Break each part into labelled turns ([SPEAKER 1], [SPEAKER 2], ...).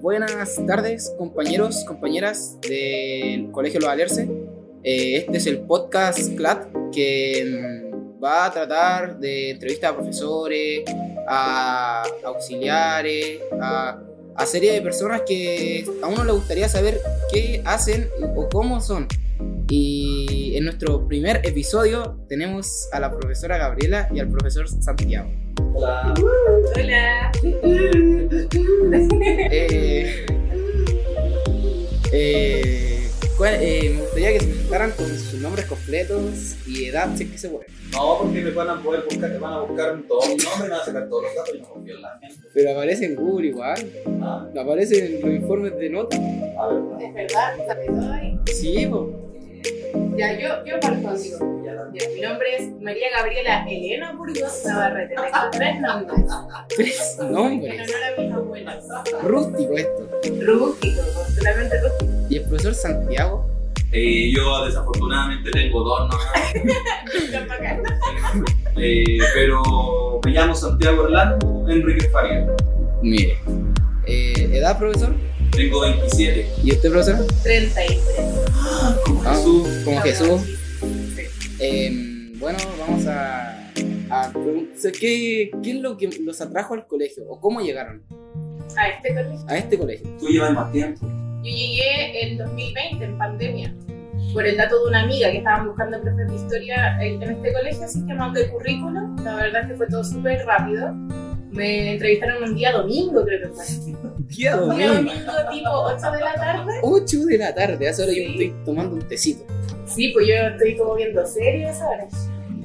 [SPEAKER 1] Buenas tardes, compañeros, compañeras del Colegio Los Alerce. Eh, este es el podcast CLAT que mm, va a tratar de entrevistas a profesores, a auxiliares, a, a serie de personas que a uno le gustaría saber qué hacen o cómo son. Y en nuestro primer episodio tenemos a la profesora Gabriela y al profesor Santiago.
[SPEAKER 2] Hola.
[SPEAKER 3] Hola.
[SPEAKER 1] Eh, eh, ¿cuál- eh, me gustaría que se presentaran con sus nombres completos y edad, si es que se puede.
[SPEAKER 2] No, porque me van a poder buscar, me van a buscar todo mi nombre, me van a sacar todos los datos y no confío en la gente.
[SPEAKER 1] Pero aparece en Google igual,
[SPEAKER 2] Ah,
[SPEAKER 1] aparece en los informes de notas.
[SPEAKER 2] a ver, Eh,
[SPEAKER 3] Es verdad, ¿sabes hoy?
[SPEAKER 1] Sí, po.
[SPEAKER 3] Ya, yo, yo parto, digo.
[SPEAKER 2] ya la-
[SPEAKER 3] Ya, mi nombre es María Gabriela Elena Burgos Navarrete. Tengo tres nombres.
[SPEAKER 1] tres
[SPEAKER 3] En
[SPEAKER 1] nombres.
[SPEAKER 3] honor a mis abuelos.
[SPEAKER 1] Rústico esto.
[SPEAKER 3] Rústico, completamente rústico.
[SPEAKER 1] Y el profesor Santiago,
[SPEAKER 2] Eh, yo desafortunadamente tengo dos nombres,
[SPEAKER 3] Está bacán.
[SPEAKER 2] eh, pero me llamo Santiago Orlando Enrique Faria.
[SPEAKER 1] mire. eh, edad, profesor.
[SPEAKER 2] Tengo 27.
[SPEAKER 1] ¿Y usted, profesor?
[SPEAKER 3] 33.
[SPEAKER 2] Como
[SPEAKER 1] Ah,
[SPEAKER 2] Jesús.
[SPEAKER 1] Como Jesús.
[SPEAKER 3] Sí.
[SPEAKER 1] Em, bueno, vamos a, a pregun- o sea, ¿qué, qué es lo que los atrajo al colegio o cómo llegaron
[SPEAKER 3] A este colegio.
[SPEAKER 1] a este colegio.
[SPEAKER 2] Tú llevas más tiempo.
[SPEAKER 3] Yo llegué en 2020, en pandemia. Por el dato de una amiga que estaban buscando profes de historia en en este colegio, así que mandé el currículum. La verdad es que fue todo súper rápido. Me entrevistaron un día domingo, creo que fue.
[SPEAKER 1] Día
[SPEAKER 3] Fue un domingo tipo 8 de la tarde.
[SPEAKER 1] 8 de la tarde, a esa hora yo
[SPEAKER 3] Sí.
[SPEAKER 1] estoy tomando un tecito.
[SPEAKER 3] Sí, pues yo estoy como viendo series ahora.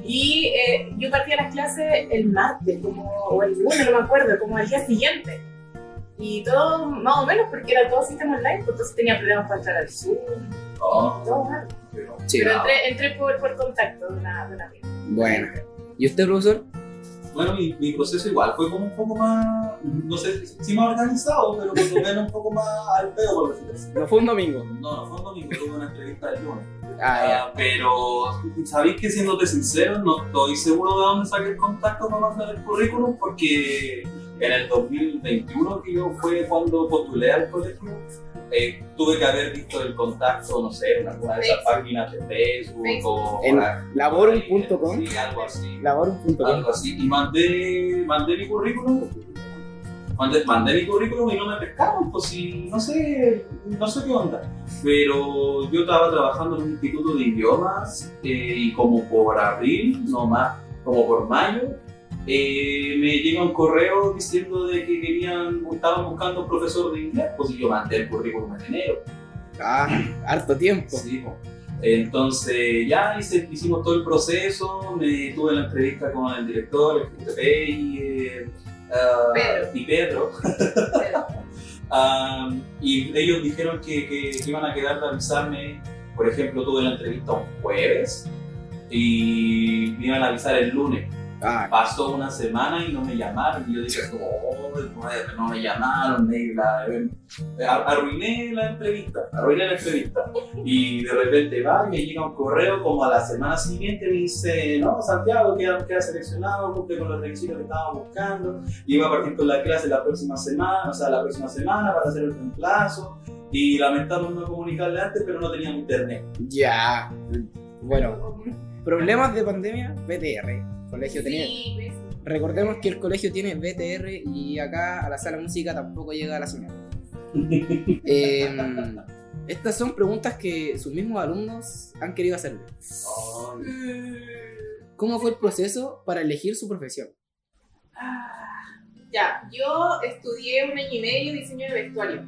[SPEAKER 3] Y eh, yo partí a las clases el martes, como, o el lunes, no me acuerdo, como al día siguiente. Y todo más o menos, porque era todo sistema online, pues entonces tenía problemas para entrar al Zoom,
[SPEAKER 2] No,
[SPEAKER 3] todo mal.
[SPEAKER 2] pero
[SPEAKER 1] Ah. Sí. ah.
[SPEAKER 3] Pero entré, entré por, por contacto de una, de una amiga.
[SPEAKER 1] Bueno. ¿Y usted, profesor?
[SPEAKER 2] Bueno, mi, mi proceso igual fue como un poco más, no sé si más organizado, pero por lo menos un poco más al peo, por decirlo así.
[SPEAKER 1] No fue un domingo.
[SPEAKER 2] No, no fue un domingo, tuve una entrevista el lunes.
[SPEAKER 1] Ah,
[SPEAKER 2] Ah, pero sabéis que siéndote sincero, no estoy seguro de dónde saqué el contacto para mandar el currículum porque en el 2021 que yo fue cuando postulé al colegio, eh, tuve que haber visto el contacto, no sé, en alguna de esas
[SPEAKER 3] Facebook.
[SPEAKER 2] páginas de Facebook o
[SPEAKER 1] En
[SPEAKER 2] por ahí,
[SPEAKER 1] laborum.com.
[SPEAKER 2] Sí, algo así.
[SPEAKER 1] ya. Laborum.com.
[SPEAKER 2] Algo así. Y mandé, mandé mi currículum. Mandé, mandé mi currículum y no me pescaron, pues sí, no sé, no sé qué onda. Pero yo estaba trabajando en un instituto de idiomas eh, y como por abril, no más, como por mayo, eh, me llega un correo diciendo de que querían, estaban buscando un profesor de inglés, pues y yo mandé el currículum en enero.
[SPEAKER 1] Ah, harto tiempo.
[SPEAKER 2] Sí, po. Entonces ya hice- hicimos todo el proceso, me tuve la entrevista con el director, el jefe y, eh, ah,
[SPEAKER 3] Pedro.
[SPEAKER 2] y Pedro. Ah, y ellos dijeron que, que- que iban a quedar de avisarme, por ejemplo, tuve la entrevista un jueves y me iban a avisar el lunes.
[SPEAKER 1] Ah,
[SPEAKER 2] Pasó una semana y no me llamaron. Y yo dije, como, "Oh, no, no me llamaron, me la- ar- arruiné la entrevista, arruiné la entrevista. Y de repente va y me llega un correo como a la semana siguiente me dice, no, Santiago, queda, queda seleccionado, cumple con los requisitos que estaba buscando. Y iba a partir con la clase la próxima semana, o sea, la próxima semana para hacer el reemplazo. Y lamentaron no comunicarle antes, pero no tenían internet.
[SPEAKER 1] ya. Bueno, problemas de pandemia, BTR. Colegio tenía.
[SPEAKER 3] Sí, pues,
[SPEAKER 1] Recordemos que el colegio tiene BTR y acá a la sala de música tampoco llega la señal. Em, estas son preguntas que sus mismos alumnos han querido hacerle.
[SPEAKER 2] Ay.
[SPEAKER 3] mm,
[SPEAKER 1] ¿Cómo fue el proceso para elegir su profesión?
[SPEAKER 3] ah, Ya, yo estudié un año y medio diseño de vestuario.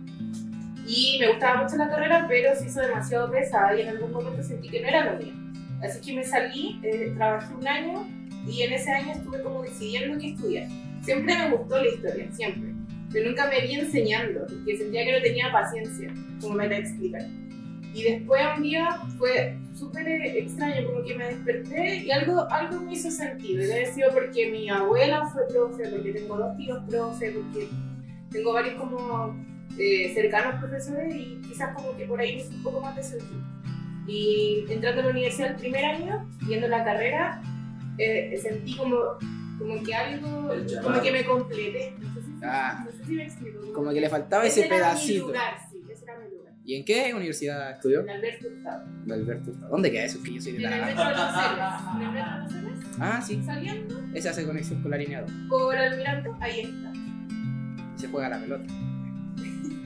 [SPEAKER 3] Y me gustaba mucho la carrera, pero se hizo demasiado pesada y en algún momento sentí que no era lo mío. Así que me salí, eh, trabajé un año y en ese año estuve como decidiendo qué estudiar. Siempre me gustó la historia, siempre. Pero nunca me vi enseñando, porque sentía que no tenía paciencia, como me la explican. Y después un día fue súper extraño, como que me desperté y algo, algo me hizo sentido. Y debe sido porque mi abuela fue profe, porque tengo dos tíos profe, porque tengo varios como eh, cercanos profesores y quizás como que por ahí me hizo un poco más de sentido. Y entrando a la universidad el primer año, viendo la carrera, eh, sentí como, como que algo,
[SPEAKER 2] El llamado.
[SPEAKER 3] como que me completé. No sé si
[SPEAKER 1] Ah,
[SPEAKER 3] No sé si me explico.
[SPEAKER 1] como que le faltaba ese
[SPEAKER 3] era mi
[SPEAKER 1] pedacito.
[SPEAKER 3] lugar, sí, ese era mi lugar.
[SPEAKER 1] ¿Y en qué universidad estudió?
[SPEAKER 3] En Alberto Hurtado.
[SPEAKER 1] De Alberto. Hurtado. ¿Dónde queda eso? Que yo soy de
[SPEAKER 3] En el
[SPEAKER 1] Tarabá.
[SPEAKER 3] metro de los Héroes. En el metro de los Héroes,
[SPEAKER 1] Ah, sí.
[SPEAKER 3] saliendo
[SPEAKER 1] Ese hace conexión con la línea 2.
[SPEAKER 3] por Almirante, ahí está.
[SPEAKER 1] Se juega la pelota.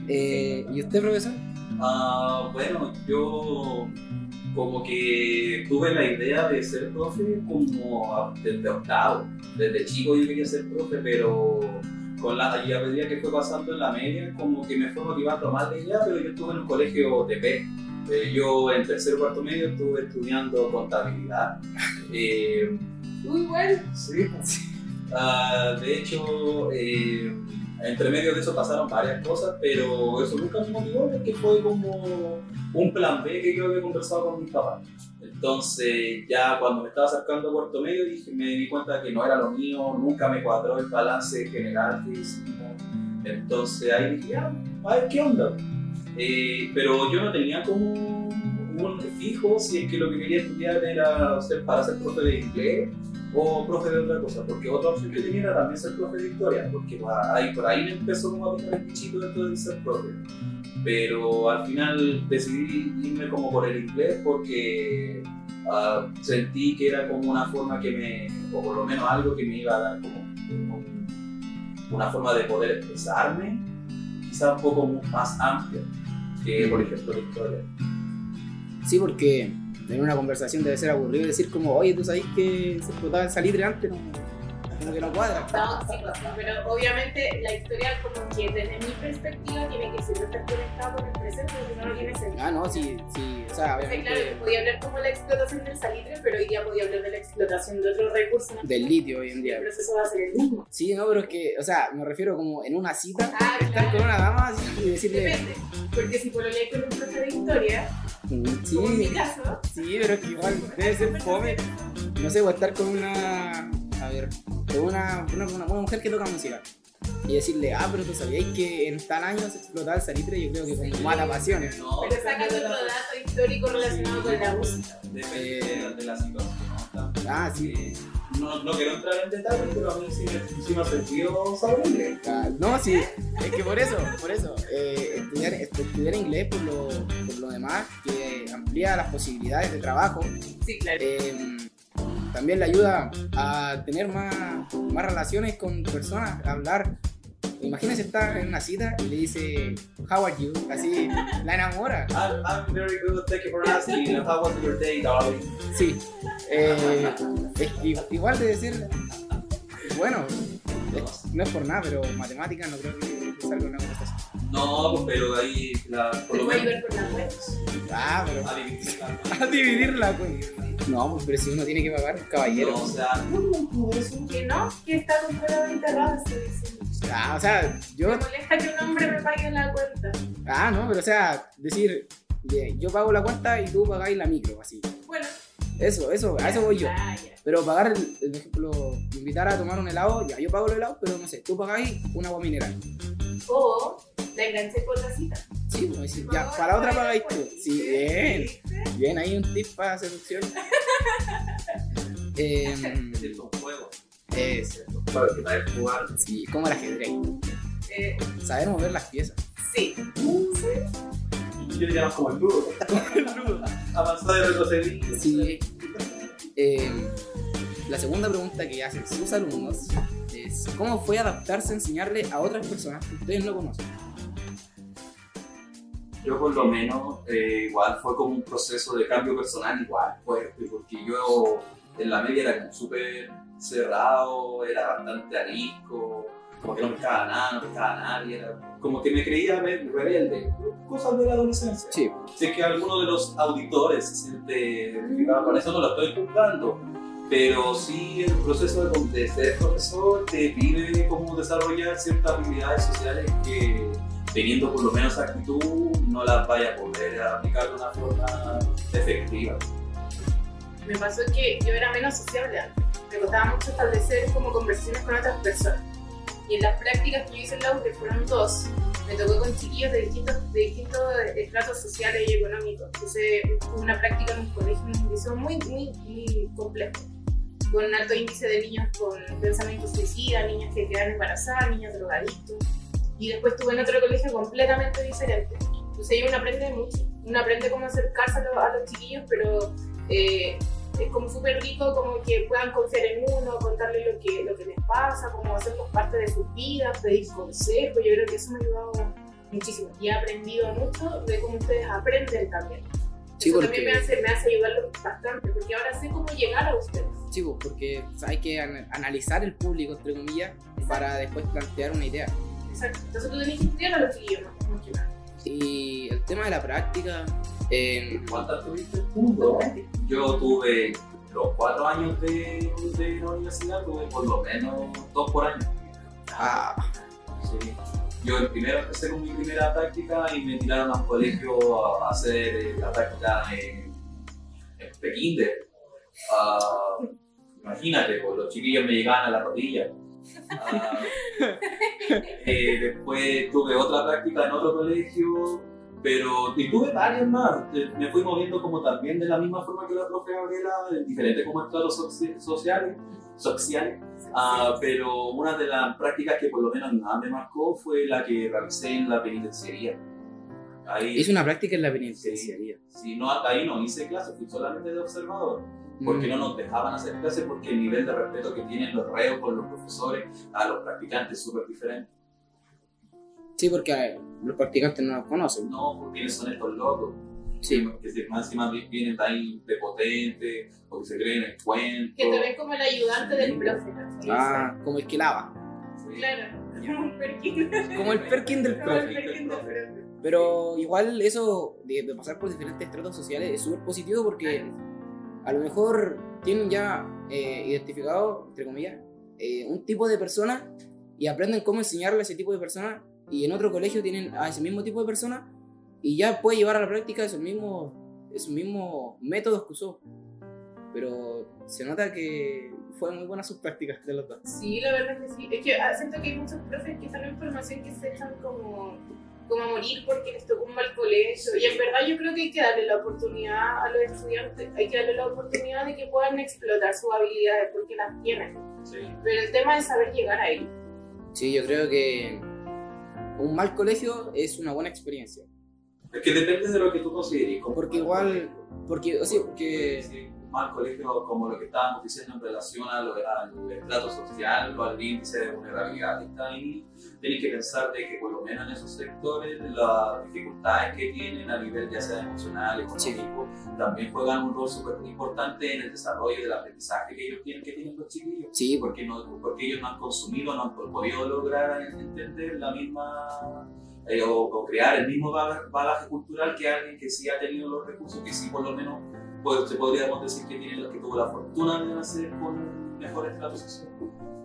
[SPEAKER 1] Eh, ¿Y usted, profesor?
[SPEAKER 2] Ah, bueno, yo como que tuve la idea de ser profe como a- desde octavo. Desde chico yo quería ser profe, pero con la, y a medida que fue pasando en la media, como que me fue motivando más la idea, pero yo estuve en un colegio TP. Eh, yo en tercer cuarto medio estuve estudiando contabilidad. Eh,
[SPEAKER 3] Muy bueno.
[SPEAKER 2] Sí. Ah, de hecho, eh, entre medio de eso pasaron varias cosas, pero eso nunca me motivó porque fue como un plan B que yo había conversado con mis papás. Entonces, ya cuando me estaba acercando a cuarto medio, dije, me di cuenta que no era lo mío, nunca me cuadró el balance general que hicimos. Entonces ahí dije, ah, a ver qué onda. Eh, pero yo no tenía como un fijo si es que lo que quería estudiar era ser, para ser profe de inglés o profe de otra cosa, porque otra opción que tenía era también ser profe de historia, porque por ahí, por ahí me empezó como a picar el bichito dentro de ser profe. Pero al final decidí irme como por el inglés porque ah, sentí que era como una forma que me, o por lo menos algo que me iba a dar como, como una forma de poder expresarme, quizá un poco más amplia que por ejemplo la historia.
[SPEAKER 1] Sí, porque en una conversación debe ser aburrido decir como, oye, ¿tú sabés que se explotaba el salitre antes? No, como que no cuadra.
[SPEAKER 3] No, sí, pues, sí, pero obviamente la historia, como que desde mi perspectiva, tiene que siempre estar conectada con el presente, porque no, no tiene sentido.
[SPEAKER 1] Ah, no, sí, sí, o sea,
[SPEAKER 3] Sí, claro, yo
[SPEAKER 1] obviamente
[SPEAKER 3] podía hablar como la explotación del salitre, pero hoy día podía hablar de la explotación de otros recursos.
[SPEAKER 1] del litio hoy en
[SPEAKER 3] El
[SPEAKER 1] día.
[SPEAKER 3] proceso va a ser el mismo.
[SPEAKER 1] Sí, no, pero es que, o sea, me refiero como en una cita,
[SPEAKER 3] Ah,
[SPEAKER 1] estar con
[SPEAKER 3] claro.
[SPEAKER 1] una dama así, y decirle,
[SPEAKER 3] Depende, porque si pololeas con un profe de historia,
[SPEAKER 1] mm,
[SPEAKER 3] como en mi
[SPEAKER 1] sí,
[SPEAKER 3] caso,
[SPEAKER 1] sí, pero es que igual debe ser fome. No sé, o estar con una, a ver, con una, una, una- una mujer que toca música. Y decirle, ah, pero tú sabíais que en tal año se explotaba el salitre, yo creo que como mata pasiones.
[SPEAKER 2] No,
[SPEAKER 3] pero sacando otro dato histórico relacionado con la música.
[SPEAKER 2] Depende de la, de la situación. ¿no?
[SPEAKER 1] Ah, sí.
[SPEAKER 2] Eh, No, no quiero entrar en detalles, pero a mí sí me, sí me ha servido saber inglés.
[SPEAKER 1] Ah, No, sí, es que por eso, por eso, eh, estudiar, est- estudiar inglés por lo, por lo demás, que amplía las posibilidades de trabajo,
[SPEAKER 3] Sí, claro.
[SPEAKER 1] eh, también le ayuda a tener más, más relaciones con personas, a hablar. Imagínense estar en una cita y le dice, How are you? Así, la enamora.
[SPEAKER 2] I'm, I'm very good, thank you for asking. How was your day, darling?
[SPEAKER 1] Sí, eh, es que i- igual de decir, bueno, es- no es por nada, pero matemáticas no creo que salga una conversación.
[SPEAKER 2] No, pero ahí la, por
[SPEAKER 3] Te
[SPEAKER 2] lo
[SPEAKER 3] voy a
[SPEAKER 2] menos
[SPEAKER 3] ayudar con la web.
[SPEAKER 1] Ah, pero...
[SPEAKER 2] a dividir la-
[SPEAKER 1] a dividirla, güey. No, pues, pero si uno tiene que pagar, caballero.
[SPEAKER 2] No, o sea,
[SPEAKER 3] Que no, que está completamente errado ese diseño.
[SPEAKER 1] Ah, o sea,
[SPEAKER 3] Me
[SPEAKER 1] yo.
[SPEAKER 3] molesta que un hombre me pague la cuenta.
[SPEAKER 1] Ah, no, pero o sea, decir, de- yo pago la cuenta y tú pagáis la micro, así.
[SPEAKER 3] Bueno,
[SPEAKER 1] Eso, eso, a eso voy yo.
[SPEAKER 3] Ah, ya.
[SPEAKER 1] Pero pagar, el- el ejemplo, invitar a tomar un helado, ya, yo pago el helado, pero no sé, tú pagáis un agua mineral.
[SPEAKER 3] O la enganché por la cita.
[SPEAKER 1] Sí, pues, sí, ya, para la otra pagáis
[SPEAKER 3] pues,
[SPEAKER 1] tú. Sí, bien. Bien, ahí un tip para seducción. Em,
[SPEAKER 2] es cierto juego. Es
[SPEAKER 1] eso,
[SPEAKER 2] cierto juego que va a jugar.
[SPEAKER 1] sí, como el ajedrez.
[SPEAKER 3] Eh,
[SPEAKER 1] Saber mover las piezas.
[SPEAKER 3] sí.
[SPEAKER 2] Y yo le llamo como el nudo. Avanzar y retroceder.
[SPEAKER 1] Sí. Eh, la segunda pregunta que hacen sus alumnos es ¿cómo fue adaptarse a enseñarle a otras personas que ustedes no conocen?
[SPEAKER 2] Yo por lo menos eh, igual fue como un proceso de cambio personal igual fuerte, porque yo en la media era como súper cerrado, era bastante arisco, como que no pescaba nada, no pescaba a nadie, era como que me creía re- rebelde, cosas de la adolescencia.
[SPEAKER 1] Sí.
[SPEAKER 2] Sé que alguno de los auditores se siente identificado con eso, no lo estoy juzgando, pero sí el proceso de, de ser profesor te pide cómo desarrollar ciertas habilidades sociales que teniendo por lo menos actitud no las vaya a poder aplicar de una forma efectiva.
[SPEAKER 3] Me pasó que yo era menos sociable antes. Me costaba mucho establecer como conversaciones con otras personas. Y en las prácticas que yo hice en la U, que fueron dos, me tocó con chiquillos de distintos, de distintos estratos sociales y económicos. Entonces, tuve una práctica en un colegio, en un liceo muy, muy, muy complejo. con un alto índice de niños con pensamiento suicida, niñas que quedan embarazadas, niños drogadictos. Y después estuve en otro colegio completamente diferente. Entonces ahí uno aprende mucho. Uno aprende cómo acercarse a los, a los chiquillos, pero eh, es como súper rico como que puedan confiar en uno, contarle lo que, lo que les pasa, cómo hacerlos parte de sus vidas, pedir consejos. Yo creo que eso me ha ayudado muchísimo. Y he aprendido mucho de cómo ustedes aprenden también.
[SPEAKER 1] Sí,
[SPEAKER 3] eso
[SPEAKER 1] porque-
[SPEAKER 3] también me hace, me hace ayudarlos bastante, porque ahora sé cómo llegar a ustedes.
[SPEAKER 1] Sí, pues, porque o sea, hay que an- analizar el público, entre comillas, para después plantear una idea.
[SPEAKER 3] Exacto. Entonces pues, tú tenés que estudiar a los chiquillos, más más que nada.
[SPEAKER 1] Y el tema de la práctica, eh,
[SPEAKER 2] ¿Cuántas tuviste tú?
[SPEAKER 3] Todo
[SPEAKER 2] Dos. Yo tuve los cuatro años de, de la universidad, tuve por lo menos dos por año.
[SPEAKER 1] ah,
[SPEAKER 2] Sí. Yo el primero empecé con mi primera táctica y me tiraron al colegio a, a hacer eh, la táctica en, en prekinder. este, Ah, imagínate, pues, los chiquillos me llegaban a la rodilla. Ah, eh, después tuve otra práctica en otro colegio, pero y tuve varias más. Te- Me fui moviendo como también de la misma forma que la profe Gabriela, en diferentes como estratos soci- sociales. sociales. Ah, pero una de las prácticas que por lo menos nada me marcó fue la que realicé en la penitenciaría. Ahí,
[SPEAKER 1] hice una práctica en la penitenciaría.
[SPEAKER 2] sí, no, ahí no hice clases, fui solamente de observador, porque
[SPEAKER 1] Mm.
[SPEAKER 2] no nos dejaban hacer clases porque el nivel de respeto que tienen los reos por los profesores a los practicantes es súper diferente.
[SPEAKER 1] Sí, porque eh, los practicantes no los conocen.
[SPEAKER 2] No, porque son estos locos,
[SPEAKER 1] Sí,
[SPEAKER 2] que se, más encima vi- vienen tan impotentes o que se creen en cuentos.
[SPEAKER 3] Que te ven como el ayudante del profe. ¿cachai?
[SPEAKER 1] ah, como el que lava,
[SPEAKER 2] Sí.
[SPEAKER 3] Claro, como un perkin.
[SPEAKER 1] como el Perkin del
[SPEAKER 3] Como el
[SPEAKER 1] profe.
[SPEAKER 3] perkin del profe.
[SPEAKER 1] Pero igual eso de, de pasar por diferentes estratos sociales es súper positivo porque a lo mejor tienen ya eh, identificado, entre comillas, eh, un tipo de persona y aprenden cómo enseñarle a ese tipo de persona y en otro colegio tienen a ese mismo tipo de persona y ya puede llevar a la práctica esos mismos, esos mismos métodos que usó. Pero se nota que fue muy buena sus prácticas de los dos.
[SPEAKER 3] Sí, la verdad es que sí. Es que ah, siento que hay muchos profes que están en formación que se echan como, como a morir porque les tocó un mal colegio. Y en verdad yo creo que hay que darle la oportunidad a los estudiantes, hay que darle la oportunidad de que puedan explotar sus habilidades porque las tienen.
[SPEAKER 2] Sí.
[SPEAKER 3] Pero el tema es saber llegar a ellos.
[SPEAKER 1] Sí, yo creo que un mal colegio es una buena experiencia.
[SPEAKER 2] Es que depende de lo que tú consideres. como-
[SPEAKER 1] Porque igual, porque, o sea, que
[SPEAKER 2] Sí, mal colegio como lo que estábamos diciendo en relación a lo- al estrato social o al índice de vulnerabilidad que está ahí, tienes que pensar de que por lo menos en esos sectores las dificultades que tienen a nivel ya sea emocional, económico, también juegan un rol súper importante en el desarrollo del aprendizaje que ellos tienen, que tienen los chiquillos.
[SPEAKER 1] sí, porque
[SPEAKER 2] Porque, no, porque ellos no han consumido, no han podido lograr entender la misma eh, o, o crear el mismo bala- balaje cultural que alguien que sí ha tenido los recursos, que sí por lo menos pues, se podríamos decir que tiene lo que tuvo la fortuna de nacer con un mejor estrato social.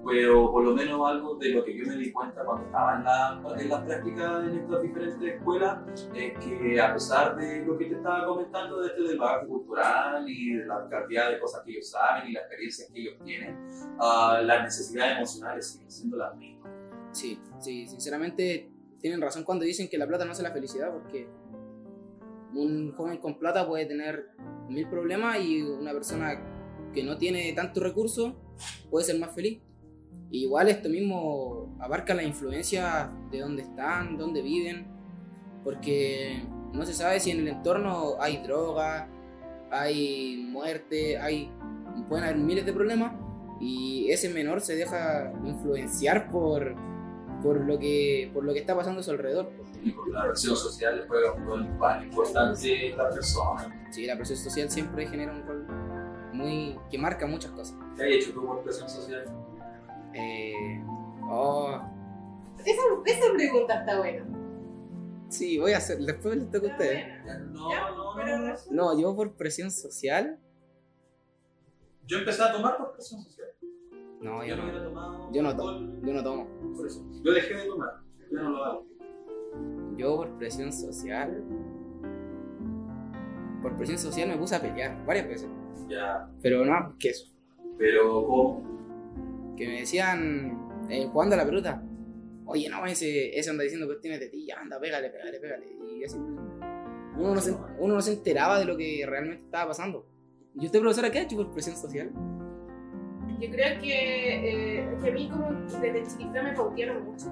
[SPEAKER 2] Pero por lo menos algo de lo que yo me di cuenta cuando estaba en la, en la práctica en estas diferentes escuelas es que a pesar de lo que te estaba comentando desde el bagaje cultural y de la cantidad de cosas que ellos saben y las experiencias que ellos tienen, ah, las necesidades emocionales siguen siendo las mismas.
[SPEAKER 1] sí, sí, sinceramente tienen razón cuando dicen que la plata no hace la felicidad, porque un joven con plata puede tener mil problemas y una persona que no tiene tantos recursos puede ser más feliz. Y igual esto mismo abarca la influencia de dónde están, dónde viven, porque no se sabe si en el entorno hay droga, hay muerte, hay pueden haber miles de problemas y ese menor se deja influenciar por, por lo que por lo que está pasando a su alrededor. pues.
[SPEAKER 2] Y porque la relación social le juega un rol igual importante en la persona.
[SPEAKER 1] Sí, la presión social siempre genera un rol muy que marca muchas cosas.
[SPEAKER 2] ¿Qué hay hecho tú por presión social?
[SPEAKER 1] Eh, oh,
[SPEAKER 3] Esa, esa pregunta está buena.
[SPEAKER 1] sí, voy a hacer después les toca a
[SPEAKER 3] Está
[SPEAKER 1] ustedes.
[SPEAKER 3] buena.
[SPEAKER 2] Ya, No,
[SPEAKER 3] Ya,
[SPEAKER 2] no,
[SPEAKER 3] pero
[SPEAKER 2] no, no.
[SPEAKER 3] resulta-
[SPEAKER 1] No, yo por presión social.
[SPEAKER 2] Yo empecé a tomar por presión social.
[SPEAKER 1] No, yo
[SPEAKER 2] Yo no
[SPEAKER 1] no,
[SPEAKER 2] hubiera tomado
[SPEAKER 1] Yo no tomo.
[SPEAKER 2] alcohol
[SPEAKER 1] yo no tomo.
[SPEAKER 2] por eso. Yo dejé de tomar. Ya no lo hago.
[SPEAKER 1] Yo por presión social. Por presión social me puse a pelear varias veces.
[SPEAKER 2] Ya.
[SPEAKER 1] Pero no, que eso.
[SPEAKER 2] Pero ¿cómo?
[SPEAKER 1] que me decían eh, jugando a la pelota, oye, no, ese, ese anda diciendo cuestiones de ti, ya anda, pégale, pégale, pégale. Y así, uno no, se, uno no se enteraba de lo que realmente estaba pasando. ¿Y usted, profesora, qué ha hecho por presión social?
[SPEAKER 3] Yo creo que, eh, que a mí como desde chiquita me pautearon mucho,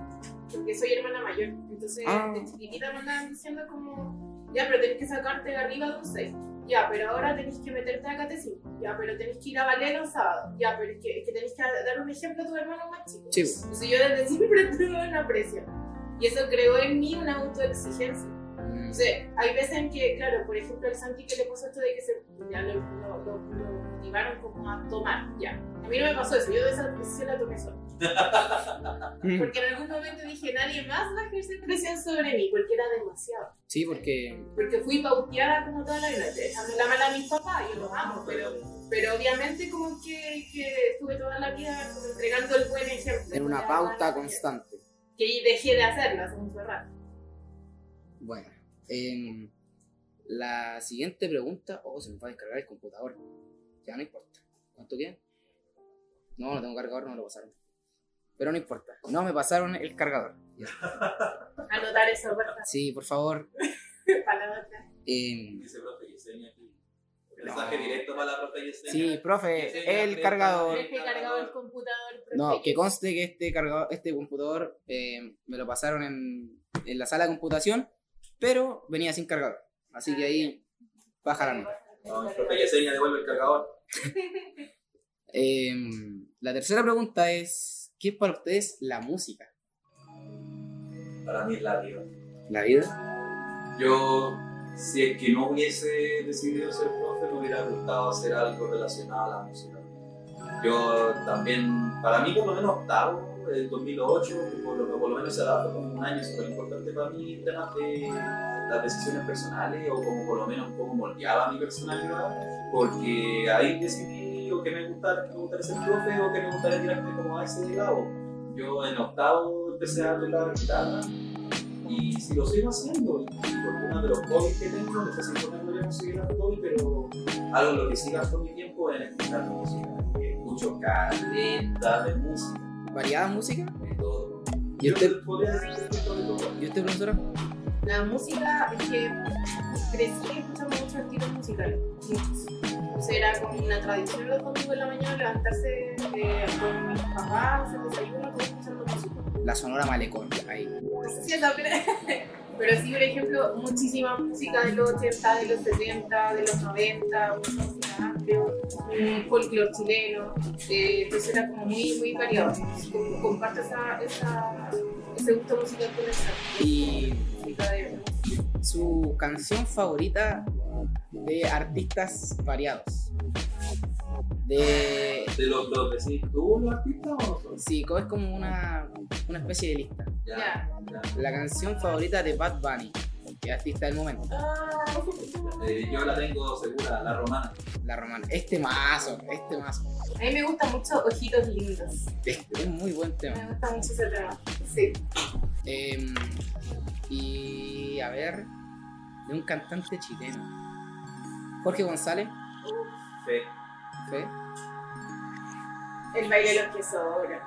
[SPEAKER 3] porque soy hermana mayor. Entonces
[SPEAKER 1] Ah.
[SPEAKER 3] desde chiquitita me andaban diciendo como, ya, pero tenés que sacarte de arriba de un 6. Ya, pero ahora tenés que meterte a catecismo. Ya, pero tenés que ir a ballet los sábados. Ya, pero es que, es que tenés que dar un ejemplo a tu hermano más chico.
[SPEAKER 1] Sí.
[SPEAKER 3] Entonces yo desde siempre tuve una presión. Y eso creó en mí una autoexigencia.
[SPEAKER 1] Mm,
[SPEAKER 3] O sea, hay veces en que, claro, por ejemplo, el Santi que le pasó esto de que se, ya lo, lo- lo- lo motivaron como a tomar, ya. A mí no me pasó eso, yo de esa decisión la tomé sola.
[SPEAKER 1] mm.
[SPEAKER 3] Porque en algún momento dije, nadie más va a ejercer presión sobre mí, porque era demasiado.
[SPEAKER 1] Sí, porque
[SPEAKER 3] Porque fui pauteada como toda la vida, echando la mala a mis papás, yo los amo, Ah, pues, pero, pero obviamente como que, que estuve toda la vida como entregando el buen ejemplo.
[SPEAKER 1] era una
[SPEAKER 3] Ya,
[SPEAKER 1] pauta
[SPEAKER 3] ya,
[SPEAKER 1] constante.
[SPEAKER 3] Que dejé de hacerlo hace mucho rato.
[SPEAKER 1] Bueno, em, la siguiente pregunta. Oh, se me va a descargar el computador. Ya no importa. ¿Cuánto queda? No, no tengo cargador, no me lo pasaron. Pero no importa. No me pasaron el cargador.
[SPEAKER 3] Anotar eso, ¿verdad?
[SPEAKER 1] Sí, por favor.
[SPEAKER 3] Para la otra.
[SPEAKER 1] em,
[SPEAKER 2] Dice profe Yesenia aquí.
[SPEAKER 1] No.
[SPEAKER 2] Mensaje directo para la profe Yesenia.
[SPEAKER 1] sí, profe, el cargador.
[SPEAKER 3] Pero es que he cargado el computador, profe,
[SPEAKER 1] No, que
[SPEAKER 3] que-
[SPEAKER 1] conste que este cargador, este computador eh, me lo pasaron en, en la sala de computación, pero venía sin cargador. Así que ahí baja la nota.
[SPEAKER 2] No, el profe Yesenia devuelve el cargador.
[SPEAKER 1] Eh, la tercera pregunta es, ¿qué es para ustedes la música?
[SPEAKER 2] Para mí es la diva.
[SPEAKER 1] ¿La vida?
[SPEAKER 2] Yo, si es que no hubiese decidido ser profe, me hubiera gustado hacer algo relacionado a la música. Yo también, para mí por lo menos octavo, el 2008, por lo, por lo menos se edad fue como un año súper importante para mí en temas de las decisiones personales o como por lo menos cómo moldeaba mi personalidad, porque ahí decidí o que me gustara, que me gustara ser profe o que me gustara tirarme como a ese lado. Yo en octavo empecé a tocar guitarra y si lo sigo haciendo, y por uno de los hobbies que tengo, no sé si yo podría conseguir algo hobby, pero algo en lo que sí gasto mi tiempo es escuchar música. Escucho caleta de música,
[SPEAKER 1] ¿Variada música?
[SPEAKER 2] de todo.
[SPEAKER 1] ¿Y este? usted,
[SPEAKER 2] Yo podría decir que sobre todo.
[SPEAKER 1] ¿y usted profesora?
[SPEAKER 3] La música es que crecí escuchando muchos estilos musicales, muchos. Entonces era como una tradición los domingos en la mañana levantarse eh, con mis papás, hacer desayuno, todo escuchando música.
[SPEAKER 1] La sonora malecón. Ahí.
[SPEAKER 3] No sé si es la primera- Pero sí, por ejemplo, muchísima música de los 80, de los 70, de los 90, mucha música amplio, un folclore chileno. eh, entonces era como muy, muy variado. Como Comparto esa, esa, ese gusto musical con esa
[SPEAKER 1] Y
[SPEAKER 3] música de
[SPEAKER 1] su canción favorita de artistas variados. De...
[SPEAKER 2] ¿De los lo decís tú, los artistas o nosotros?
[SPEAKER 1] Sí, es como una, una especie de lista.
[SPEAKER 3] Ya.
[SPEAKER 2] ya.
[SPEAKER 1] La canción favorita de Bad Bunny, que artista del momento,
[SPEAKER 3] Ah,
[SPEAKER 2] Eh, yo la tengo segura, la romana.
[SPEAKER 1] la romana. Este mazo, este mazo.
[SPEAKER 3] A mí me gustan mucho Ojitos Lindos.
[SPEAKER 1] Este es muy buen tema.
[SPEAKER 3] Me gusta mucho ese tema. Sí.
[SPEAKER 1] Em, y a ver, de un cantante chileno. Jorge González,
[SPEAKER 2] Fe.
[SPEAKER 1] ¿fue?
[SPEAKER 3] El baile de los que sobra.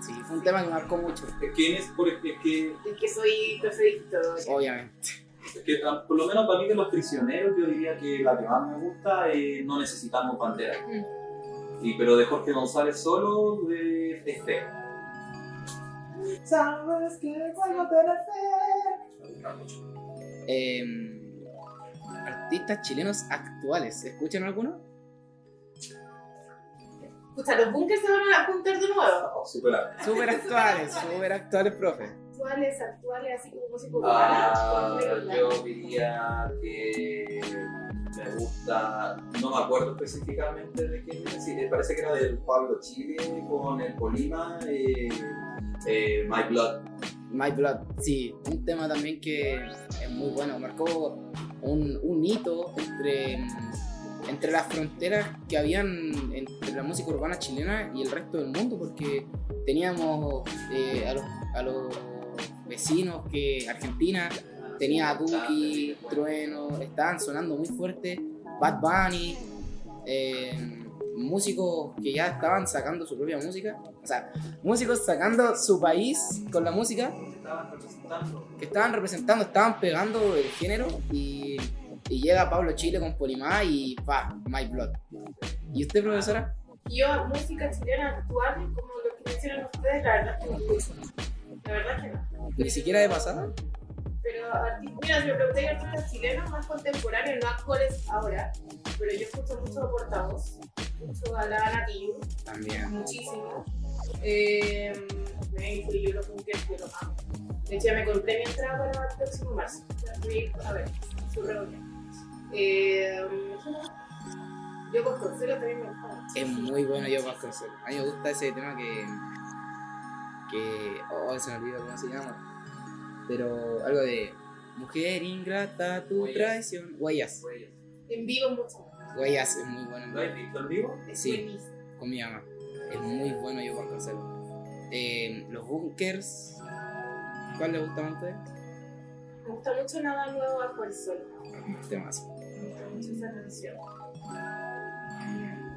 [SPEAKER 1] Sí, fue un tema que marcó mucho,
[SPEAKER 2] Es que, es, por- es que,
[SPEAKER 3] El que soy profe de historia.
[SPEAKER 1] obviamente.
[SPEAKER 2] es que, ah, por lo menos para mí de los prisioneros, yo diría que la que más me gusta es No Necesitamos Bandera.
[SPEAKER 1] Mm.
[SPEAKER 2] Y, pero de Jorge González solo, de, es fe. Sabes que el juego te fe. Me gusta mucho.
[SPEAKER 1] Em, artistas chilenos actuales, ¿escuchan alguno?
[SPEAKER 3] Escucha, los bunkers se van a juntar de nuevo.
[SPEAKER 2] Oh, superable.
[SPEAKER 1] Súper actuales, súper actuales, profe.
[SPEAKER 3] Actuales, actuales, así como música
[SPEAKER 2] Ah,
[SPEAKER 3] urbana.
[SPEAKER 2] yo diría que me gusta, no me acuerdo específicamente de quién es, sí, eh, parece que era del Pablo Chile con el Polima, eh, eh, My Blood.
[SPEAKER 1] My Blood, sí, un tema también que es muy bueno, marcó un, un hito entre, entre las fronteras que habían entre la música urbana chilena y el resto del mundo, porque teníamos eh, a, los, a los vecinos que Argentina tenía a Duki,
[SPEAKER 2] Ah,
[SPEAKER 1] Trueno, estaban sonando muy fuerte, Bad Bunny, eh, músicos que ya estaban sacando su propia música, o sea, músicos sacando su país con la música
[SPEAKER 2] Estaban representando.
[SPEAKER 1] que estaban representando, estaban pegando el género y, y llega Pablo Chile con Polimá y pa, My Blood. ¿Y usted, profesora?
[SPEAKER 3] Yo, música chilena actual, como lo que mencionan ustedes, la verdad es que no escucho. La verdad es que no.
[SPEAKER 1] Ni siquiera de pasada.
[SPEAKER 3] Pero arti- mira, si me preguntáis artistas chilenos más contemporáneos, no actuales ahora, pero yo escucho mucho a Portavoz, mucho a la Ana Tijoux,
[SPEAKER 1] También.
[SPEAKER 3] muchísimo. Eh, me incluyo los bunkers, yo los amo. De hecho, ya me compré mi entrada para el próximo marzo. Voy a ver su reunión. Eh, yo con Consuelo también me gusta mucho.
[SPEAKER 1] Es muy bueno yo Vasconcelos. A mí me gusta ese tema que. que. Oh, se me olvidó cómo se llama. Pero algo de. Mujer ingrata, tu
[SPEAKER 2] Huellas.
[SPEAKER 1] traición. Huellas.
[SPEAKER 2] Güey,
[SPEAKER 3] En vivo mucho más.
[SPEAKER 1] Huellas es muy bueno. en
[SPEAKER 2] ¿Lo has visto en vivo?
[SPEAKER 3] Es
[SPEAKER 1] Sí.
[SPEAKER 3] buenísimo.
[SPEAKER 1] con mi mamá. Es muy bueno yo Vasconcelos. Eh, los bunkers. ¿Cuál le gusta más a ustedes?
[SPEAKER 3] Me gusta mucho Nada Nuevo Bajo el Sol.
[SPEAKER 1] Temas.
[SPEAKER 3] Me gusta mucho esa canción.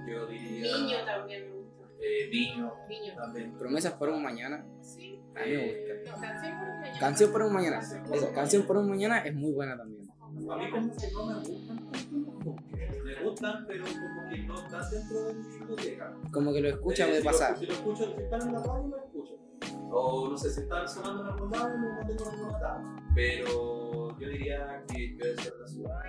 [SPEAKER 2] Yo diría.
[SPEAKER 3] Niño también me gusta.
[SPEAKER 2] Eh, niño.
[SPEAKER 3] Niño.
[SPEAKER 2] También.
[SPEAKER 1] Promesas para un mañana.
[SPEAKER 3] Sí.
[SPEAKER 1] A mí me gusta.
[SPEAKER 3] No, canción por un mañana.
[SPEAKER 1] Canción para un mañana.
[SPEAKER 3] Canción por un
[SPEAKER 1] Esa, canción por un mañana es muy buena también.
[SPEAKER 2] A mí como que no me gustan. como que Me gustan, pero como que no están dentro de mi biblioteca.
[SPEAKER 1] Como que lo escucha
[SPEAKER 2] Eh,
[SPEAKER 1] de
[SPEAKER 2] si lo-
[SPEAKER 1] pasar.
[SPEAKER 2] Si lo escucho, si están en la radio, lo escucho. O no sé, si están sonando en algún lado, no no tengo ninguna tabla. Pero yo diría que debe ser la ciudad.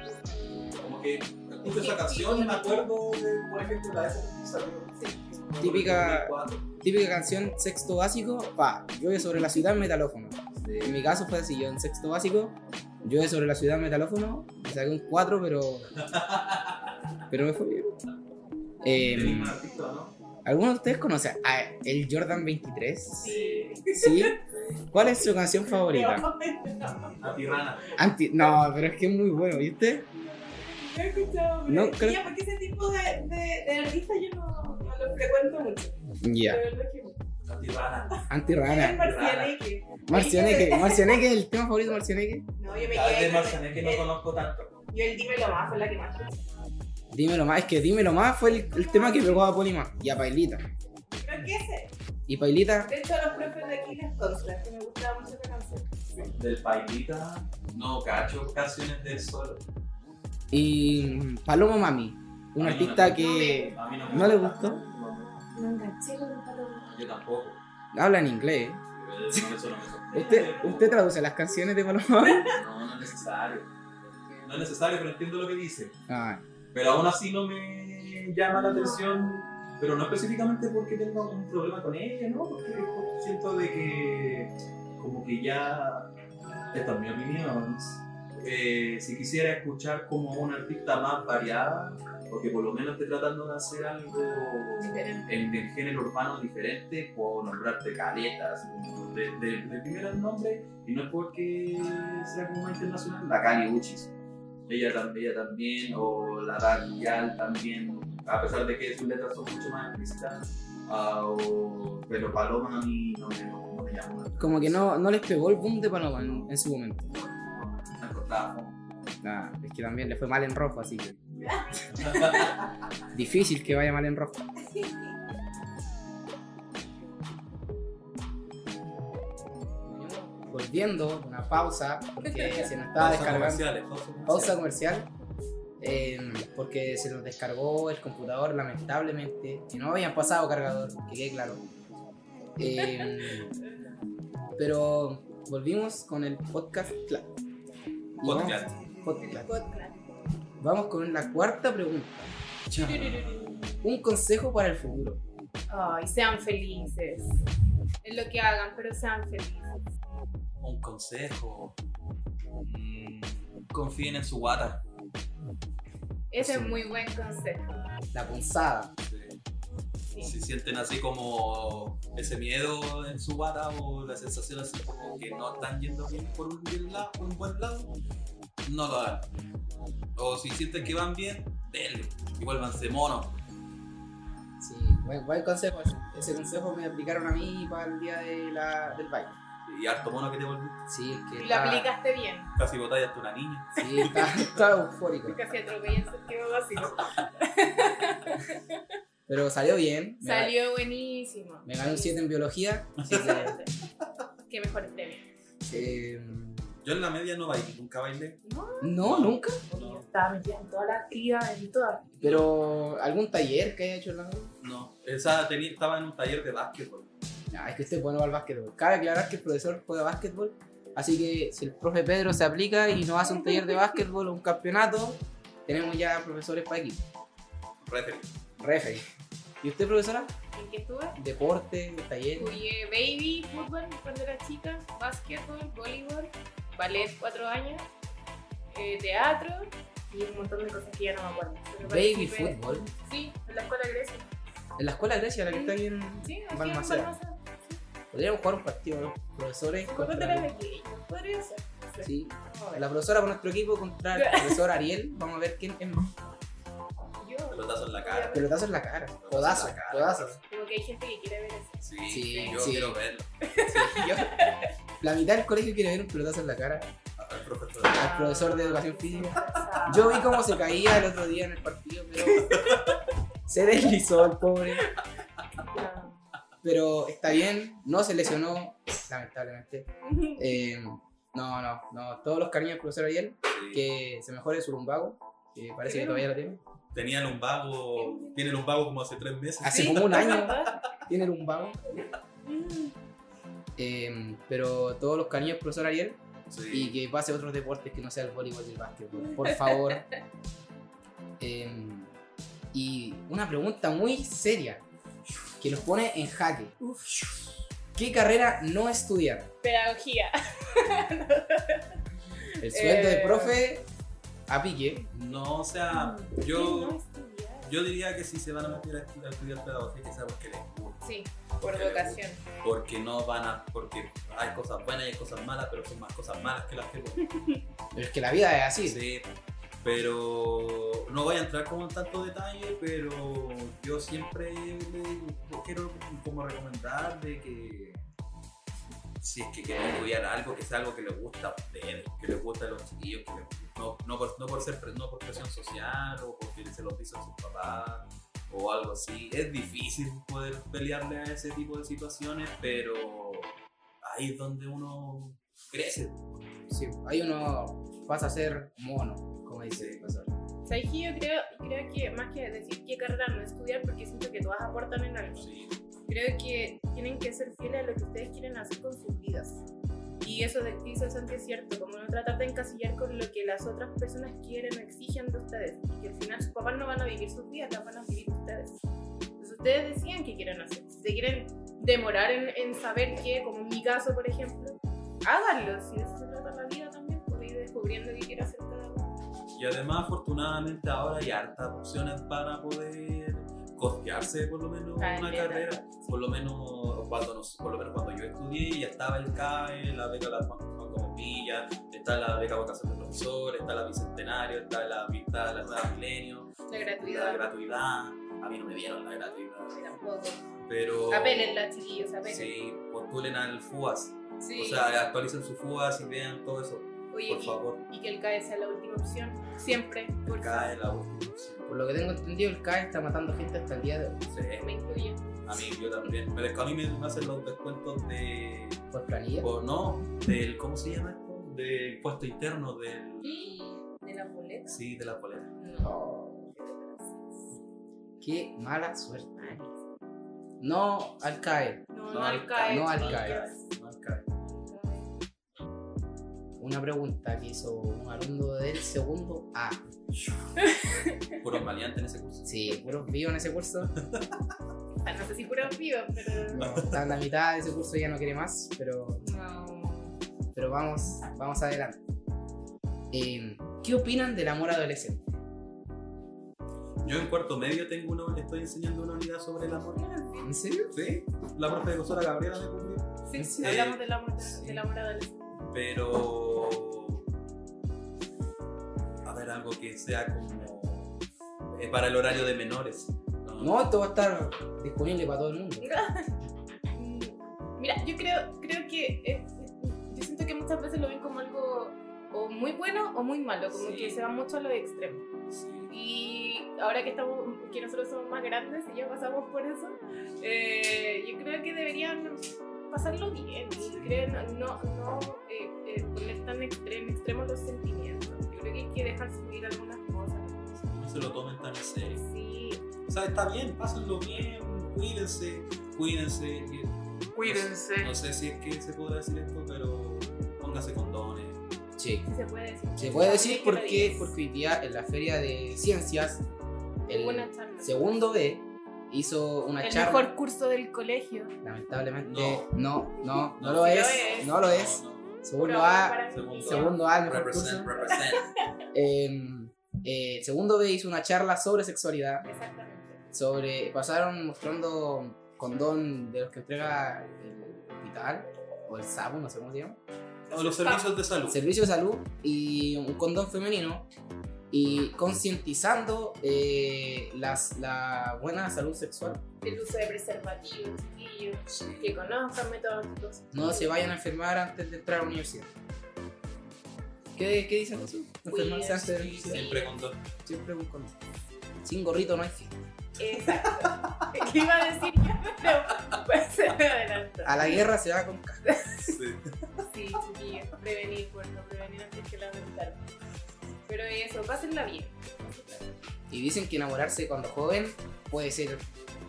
[SPEAKER 2] Como que escucho esa canción y me acuerdo de, por ejemplo, la época que salió.
[SPEAKER 3] Sí.
[SPEAKER 1] Típica-
[SPEAKER 2] 2004.
[SPEAKER 1] Típica canción sexto básico, pa, llueve sobre la ciudad metalófono.
[SPEAKER 2] este,
[SPEAKER 1] En mi caso fue así, yo en sexto básico, llueve sobre la ciudad metalófono, me saqué un 4, pero. Pero me fue bien.
[SPEAKER 2] Tenía un
[SPEAKER 1] Eh,
[SPEAKER 2] artista, ¿no?
[SPEAKER 1] ¿Alguno de ustedes conoce a el Jordan 23?
[SPEAKER 3] Sí.
[SPEAKER 1] ¿Sí? ¿Cuál es su canción favorita?
[SPEAKER 3] No,
[SPEAKER 2] La tirana.
[SPEAKER 1] Anti no, pero es que es muy bueno, ¿viste?
[SPEAKER 3] he escuchado,
[SPEAKER 1] No,
[SPEAKER 3] pero
[SPEAKER 1] creo-
[SPEAKER 3] ya, porque ese tipo de, de, de artistas yo no, no lo frecuento mucho.
[SPEAKER 1] Ya,
[SPEAKER 3] La verdad es que no.
[SPEAKER 2] La tirana.
[SPEAKER 1] anti
[SPEAKER 3] Es
[SPEAKER 1] rana.
[SPEAKER 3] Marcianeque.
[SPEAKER 1] Marcianeque, Marcianeque, el tema favorito de Marcianeque.
[SPEAKER 3] No, yo me
[SPEAKER 2] La
[SPEAKER 3] quedé.
[SPEAKER 2] de
[SPEAKER 3] con-
[SPEAKER 2] Marciané que no
[SPEAKER 3] el-
[SPEAKER 2] conozco tanto.
[SPEAKER 3] Yo el Dímelo Más fue la que más escuché.
[SPEAKER 1] Dímelo más, es que Dímelo más fue el, el tema que pegó a Polima y a Pailita.
[SPEAKER 3] Creo que ese.
[SPEAKER 1] Y Pailita,
[SPEAKER 3] De hecho, a los profes de aquí les contra, que me gustaba mucho esa canción.
[SPEAKER 2] Del Pailita, no cacho, canciones del sol.
[SPEAKER 1] y Paloma Mami, un artista que
[SPEAKER 2] A mí no me
[SPEAKER 1] no le
[SPEAKER 2] gusta.
[SPEAKER 1] gustó,
[SPEAKER 2] No,
[SPEAKER 3] No enganché con el palo.
[SPEAKER 2] Yo tampoco.
[SPEAKER 1] habla en inglés.
[SPEAKER 2] Pero eso no me sorprende.
[SPEAKER 1] ¿Usted, usted traduce las canciones de Paloma Mami?
[SPEAKER 2] No, no es necesario. No es necesario, pero entiendo lo que dice.
[SPEAKER 1] Ah,
[SPEAKER 2] Pero aún así no me llama la atención. Pero no específicamente porque tengo un problema con ella, ¿no? Porque siento de que como que ya, esta es mi opinión, eh, si quisiera escuchar como una artista más variada, porque por lo menos esté tratando de hacer algo
[SPEAKER 3] Diferente.
[SPEAKER 2] en del género urbano diferente, puedo nombrarte caletas de, de, de primero el nombre, y no es porque sea como más internacional, la Cali Uchis, ella también, ella también o la Daniel también, a pesar de que sus letras son mucho más explícitas, ah, o- pero Paloma a mí no me, no, no me llamó. la
[SPEAKER 1] como que no, no les pegó el boom de Paloma en, en su momento.
[SPEAKER 2] atención. Me acordaba, ¿no?
[SPEAKER 1] Nada, es que también le fue mal en rojo, así que. Difícil que vaya mal en rojo. Volviendo, una pausa, porque se nos estaba
[SPEAKER 2] Pausas
[SPEAKER 1] descargando.
[SPEAKER 2] comerciales, pausas comerciales.
[SPEAKER 1] Pausa comercial. eh, porque se nos descargó el computador, lamentablemente. Que no habían pasado cargador, que quede claro. Eh, pero volvimos con el podcast. Claro. Y vamos-
[SPEAKER 2] Podcast.
[SPEAKER 1] podcast.
[SPEAKER 3] Podcast.
[SPEAKER 1] Vamos con la cuarta pregunta. Un consejo para el futuro.
[SPEAKER 3] Ay, sean felices. Es lo que hagan, pero sean felices.
[SPEAKER 2] Un consejo. Mm, Confíen en su guata.
[SPEAKER 3] Ese es
[SPEAKER 1] Sí.
[SPEAKER 3] muy buen consejo.
[SPEAKER 1] La punzada.
[SPEAKER 2] Sí. Si sienten así como ese miedo en su guata o la sensación así como que no están yendo bien por un, bien lado, un buen lado, no lo hagan. O si sienten que van bien, denle y vuélvanse monos.
[SPEAKER 1] Sí, buen, buen consejo. ese. Ese consejo me aplicaron a mí para el día de la- del baile.
[SPEAKER 2] Y harto mono que te volviste.
[SPEAKER 1] Sí, es que.
[SPEAKER 3] Y lo
[SPEAKER 1] estaba-
[SPEAKER 3] aplicaste bien.
[SPEAKER 2] Casi botáis hasta una niña.
[SPEAKER 1] Sí, estaba, estaba eufórico.
[SPEAKER 3] Casi atropellé el quedó vacío.
[SPEAKER 1] Pero salió bien. Me,
[SPEAKER 3] Salió buenísimo.
[SPEAKER 1] me gané un 7 en biología. Así
[SPEAKER 3] Excelente. Qué mejor premio.
[SPEAKER 1] que, eh,
[SPEAKER 2] Yo en la media no bailé, nunca bailé.
[SPEAKER 3] No,
[SPEAKER 1] no, nunca.
[SPEAKER 3] yo estaba metida en todas las actividades, en todas.
[SPEAKER 1] Pero algún taller que haya hecho la
[SPEAKER 2] No, Esa tenía, estaba en un taller de básquetbol.
[SPEAKER 1] Nah, es que este es bueno para el básquetbol. Cabe aclarar que el profesor juega básquetbol, así que si el profe Pedro se aplica y nos hace un taller de básquetbol o un campeonato, tenemos ya profesores para aquí.
[SPEAKER 2] Referee.
[SPEAKER 1] Refe. ¿Y usted, profesora?
[SPEAKER 3] ¿En qué estuve?
[SPEAKER 1] Deporte, taller.
[SPEAKER 3] Estudié baby, fútbol cuando era chica, básquetbol, voleibol, ballet cuatro años, eh, teatro y un montón de cosas que ya no me acuerdo. Pero
[SPEAKER 1] Baby
[SPEAKER 3] participé-
[SPEAKER 1] fútbol.
[SPEAKER 3] Sí, en la escuela Grecia.
[SPEAKER 1] En la escuela Grecia, la que está aquí en
[SPEAKER 3] Sí, aquí en
[SPEAKER 1] Balmaceda.
[SPEAKER 3] Balmaceda.
[SPEAKER 1] Podríamos jugar un partido, ¿no? Profesores
[SPEAKER 3] ¿Cuánto
[SPEAKER 1] contra.
[SPEAKER 3] tenés aquí? Podría ser.
[SPEAKER 1] Sí.
[SPEAKER 3] Vamos a ver.
[SPEAKER 1] La profesora con nuestro equipo contra el profesor Ariel. Vamos a ver quién es más.
[SPEAKER 3] Yo,
[SPEAKER 2] Pelotazo en la cara.
[SPEAKER 1] Pelotazo en la cara.
[SPEAKER 2] Pelotazo en
[SPEAKER 1] Codazo,
[SPEAKER 2] la cara.
[SPEAKER 1] codazo.
[SPEAKER 3] como que hay gente que quiere ver eso.
[SPEAKER 2] Sí,
[SPEAKER 1] Sí,
[SPEAKER 2] yo
[SPEAKER 1] sí.
[SPEAKER 2] quiero verlo.
[SPEAKER 1] Yo- la mitad del colegio quiere ver un pelotazo en la cara
[SPEAKER 2] Al profesor.
[SPEAKER 1] al profesor de educación física. Yo vi cómo se caía el otro día en el partido, pero se deslizó el pobre.
[SPEAKER 3] No.
[SPEAKER 1] Pero está bien, no se lesionó, lamentablemente. Eh, no, no, no. Todos los cariños al profesor Ariel,
[SPEAKER 2] Sí.
[SPEAKER 1] que se mejore su lumbago, que parece que
[SPEAKER 3] Creo.
[SPEAKER 1] todavía lo tiene.
[SPEAKER 2] Tenía lumbago, tiene lumbago como hace tres meses.
[SPEAKER 1] Hace
[SPEAKER 3] Sí.
[SPEAKER 1] como un año tiene lumbago. Eh, pero todos los cariños al profesor Ariel y
[SPEAKER 2] Sí.
[SPEAKER 1] que pase otros deportes que no sea el voleibol y el básquetbol, por favor. Eh, y una pregunta muy seria que los pone en jaque. ¿Qué carrera no estudiar?
[SPEAKER 3] Pedagogía.
[SPEAKER 1] El sueldo de
[SPEAKER 3] Eh.
[SPEAKER 1] profe a pique.
[SPEAKER 2] No, o sea, yo, yo diría que si se van a meter a estudiar, a estudiar pedagogía, que sea porque les gusta.
[SPEAKER 3] Sí, por
[SPEAKER 2] Porque les
[SPEAKER 3] vocación.
[SPEAKER 2] gusta. Porque no van a. Porque hay cosas buenas y hay cosas malas, pero son más cosas malas que las que buenas.
[SPEAKER 1] Pero es que la vida es así.
[SPEAKER 2] Sí, pero no voy a entrar como en tanto detalle, pero yo siempre le quiero como recomendar de que si es que quieren estudiar algo, que sea algo que les gusta a ustedes, que les gusta a los chiquillos, que les- no, no, por, no por ser pre- no por presión social o porque se los dicen sus papás o algo así. Es difícil poder pelearle a ese tipo de situaciones, pero ahí es donde uno crece.
[SPEAKER 1] Sí, Ahí uno pasa a ser mono, como dice el profesor.
[SPEAKER 3] ¿Sabes qué? Yo creo, creo que más que decir qué carrera no estudiar, porque siento que todas aportan en algo.
[SPEAKER 2] Sí,
[SPEAKER 3] Creo que tienen que ser fieles a lo que ustedes quieren hacer con sus vidas. Y eso de que dice el Santi es cierto, como no tratar de encasillar con lo que las otras personas quieren o exigen de ustedes. Y que al final sus papás no van a vivir sus vidas, las van a vivir ustedes. Entonces ustedes decían qué quieren hacer. Si se quieren demorar en, en saber qué, como en mi caso, por ejemplo, háganlo. Si de eso se trata la vida también, porque ir descubriendo qué quiero hacer cada uno.
[SPEAKER 2] Y además, afortunadamente, ahora hay hartas opciones para poder costearse por lo menos una
[SPEAKER 3] Caleta.
[SPEAKER 2] carrera. Por lo menos cuando, nos- por lo menos cuando yo estudié, ya estaba el CAE, la beca de la Comilla, está la beca vocación de profesor, está la Bicentenario, está la Vista la Nueva Milenio,
[SPEAKER 3] La
[SPEAKER 2] la
[SPEAKER 3] gratuidad.
[SPEAKER 2] gratuidad. A mí no me dieron la gratuidad.
[SPEAKER 3] Tampoco.
[SPEAKER 2] Pero.
[SPEAKER 3] Apélenla, chiquillos, apelen.
[SPEAKER 2] Sí, postulen al FUAS.
[SPEAKER 3] Sí.
[SPEAKER 2] O sea, actualicen su FUAS y vean todo eso.
[SPEAKER 3] Oye,
[SPEAKER 2] Por
[SPEAKER 3] y-
[SPEAKER 2] favor,
[SPEAKER 3] y que el CAE sea la última opción, siempre, por
[SPEAKER 2] CAE, la última opción.
[SPEAKER 1] Por lo que tengo entendido, el CAE está matando gente hasta el día de hoy
[SPEAKER 2] Sí.
[SPEAKER 3] me incluye.
[SPEAKER 2] A mí, yo también. Pero es que a mí me hacen los descuentos de.
[SPEAKER 1] por planilla.
[SPEAKER 2] O no, del. ¿Cómo se llama esto? Del puesto interno, del.
[SPEAKER 3] ¿De la boleta?
[SPEAKER 2] Sí, de la boleta.
[SPEAKER 1] Oh, qué mala suerte. No al CAE.
[SPEAKER 3] No, no al E, CAE.
[SPEAKER 1] no al
[SPEAKER 2] No E.
[SPEAKER 1] CAE.
[SPEAKER 2] cae, No cae.
[SPEAKER 1] Una pregunta que hizo un alumno del segundo A.
[SPEAKER 2] Puro maleante en ese curso.
[SPEAKER 1] Sí, puros vivos en ese curso.
[SPEAKER 3] Ah, no sé si puros vivos, pero...
[SPEAKER 1] No, está en la mitad de ese curso ya no quiere más, pero,
[SPEAKER 3] No.
[SPEAKER 1] pero vamos, vamos adelante. Eh, ¿Qué opinan del amor adolescente?
[SPEAKER 2] Yo en cuarto medio tengo una, le estoy enseñando una unidad sobre el amor.
[SPEAKER 1] ¿En serio?
[SPEAKER 2] Sí, la profe profesora Gabriela me cubrió.
[SPEAKER 3] Sí,
[SPEAKER 1] Sí.
[SPEAKER 3] hablamos del amor,
[SPEAKER 2] Sí.
[SPEAKER 3] del amor adolescente.
[SPEAKER 2] Pero. A ver, algo que sea como. eh, para el horario de menores.
[SPEAKER 1] No, esto va a estar disponible para todo el mundo.
[SPEAKER 3] Mm, Mira, yo creo, creo que... es- yo siento que muchas veces lo ven como algo o muy bueno o muy malo, como
[SPEAKER 2] Sí.
[SPEAKER 3] que se va mucho a los extremos.
[SPEAKER 2] Sí.
[SPEAKER 3] Y ahora que estamos, que nosotros somos más grandes y ya pasamos por eso, eh, yo creo que deberían pasarlo bien. y creo no, no, no, eh, eh, poner tan extre- en extremo los sentimientos. Yo creo que hay que dejar subir algunas cosas.
[SPEAKER 2] No se lo tomen tan en serio.
[SPEAKER 3] Sí,
[SPEAKER 2] O sea, está bien, pásenlo bien, cuídense, cuídense. y-
[SPEAKER 1] Cuídense.
[SPEAKER 2] No sé si es que se podrá decir esto, pero póngase condones.
[SPEAKER 1] Sí.
[SPEAKER 3] Sí, se puede decir.
[SPEAKER 1] Se puede decir
[SPEAKER 3] Que lo
[SPEAKER 1] porque,
[SPEAKER 3] digas.
[SPEAKER 1] porque hoy día en la Feria de Ciencias, el
[SPEAKER 3] Una charla.
[SPEAKER 1] segundo B hizo una
[SPEAKER 3] El
[SPEAKER 1] charla.
[SPEAKER 3] mejor curso del colegio.
[SPEAKER 1] Lamentablemente, no, no, no, lo es, no lo es.
[SPEAKER 2] No, no.
[SPEAKER 1] Segundo
[SPEAKER 3] Pero
[SPEAKER 1] A,
[SPEAKER 3] para mí,
[SPEAKER 2] segundo
[SPEAKER 1] segundo A, el mejor
[SPEAKER 2] Represent,
[SPEAKER 1] curso.
[SPEAKER 2] represent.
[SPEAKER 1] Em, eh, el segundo B hizo una charla sobre sexualidad.
[SPEAKER 3] Exactamente.
[SPEAKER 1] sobre pasaron mostrando condón de los que entrega el hospital o el SAMU, no sé cómo se llama,
[SPEAKER 2] O los servicios de salud.
[SPEAKER 1] servicio de salud y un condón femenino y concientizando eh, las la buena salud sexual.
[SPEAKER 3] El uso de preservativos, chiquillos, que conozcan métodos anticonceptivos.
[SPEAKER 1] No se vayan a enfermar antes de entrar a la universidad. ¿Qué, qué dicen eso? Enfermarse antes de la
[SPEAKER 2] Sí,
[SPEAKER 1] universidad.
[SPEAKER 2] Siempre condón.
[SPEAKER 1] Siempre un condón. Sin gorrito no hay fiesta.
[SPEAKER 3] Exacto. ¿Qué iba a decir yo? Pero pues, se me adelantó.
[SPEAKER 1] A la guerra se va con casco.
[SPEAKER 2] Sí.
[SPEAKER 3] Sí, chiquillos, prevenir, puerto, prevenir antes que lamentar. Pero eso, pásenla bien. Pásenla bien.
[SPEAKER 1] Y dicen que enamorarse cuando joven puede ser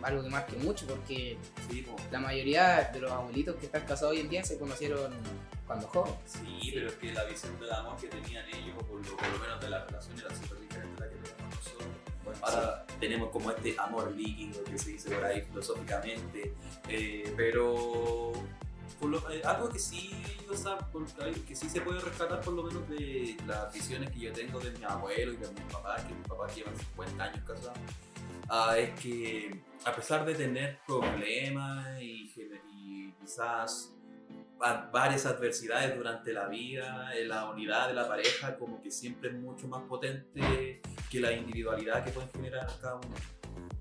[SPEAKER 1] algo que más que mucho porque
[SPEAKER 2] Sí, po.
[SPEAKER 1] La mayoría de los abuelitos que están casados hoy en día se conocieron cuando joven.
[SPEAKER 2] Sí, pero es que la visión del amor que tenían ellos, o por lo, por lo menos de la relación, era súper diferente a la que tenemos nosotros. Ahora tenemos como este amor líquido que se dice por ahí filosóficamente, eh, pero por lo- eh, algo que sí, o sea, por- que sí se puede rescatar por lo menos de las visiones que yo tengo de mi abuelo y de mi papá, que mi papá lleva 50 años casado, ah, es que a pesar de tener problemas y, gener- y quizás va- varias adversidades durante la vida, eh, la unidad de la pareja como que siempre es mucho más potente que la individualidad que pueden generar cada uno.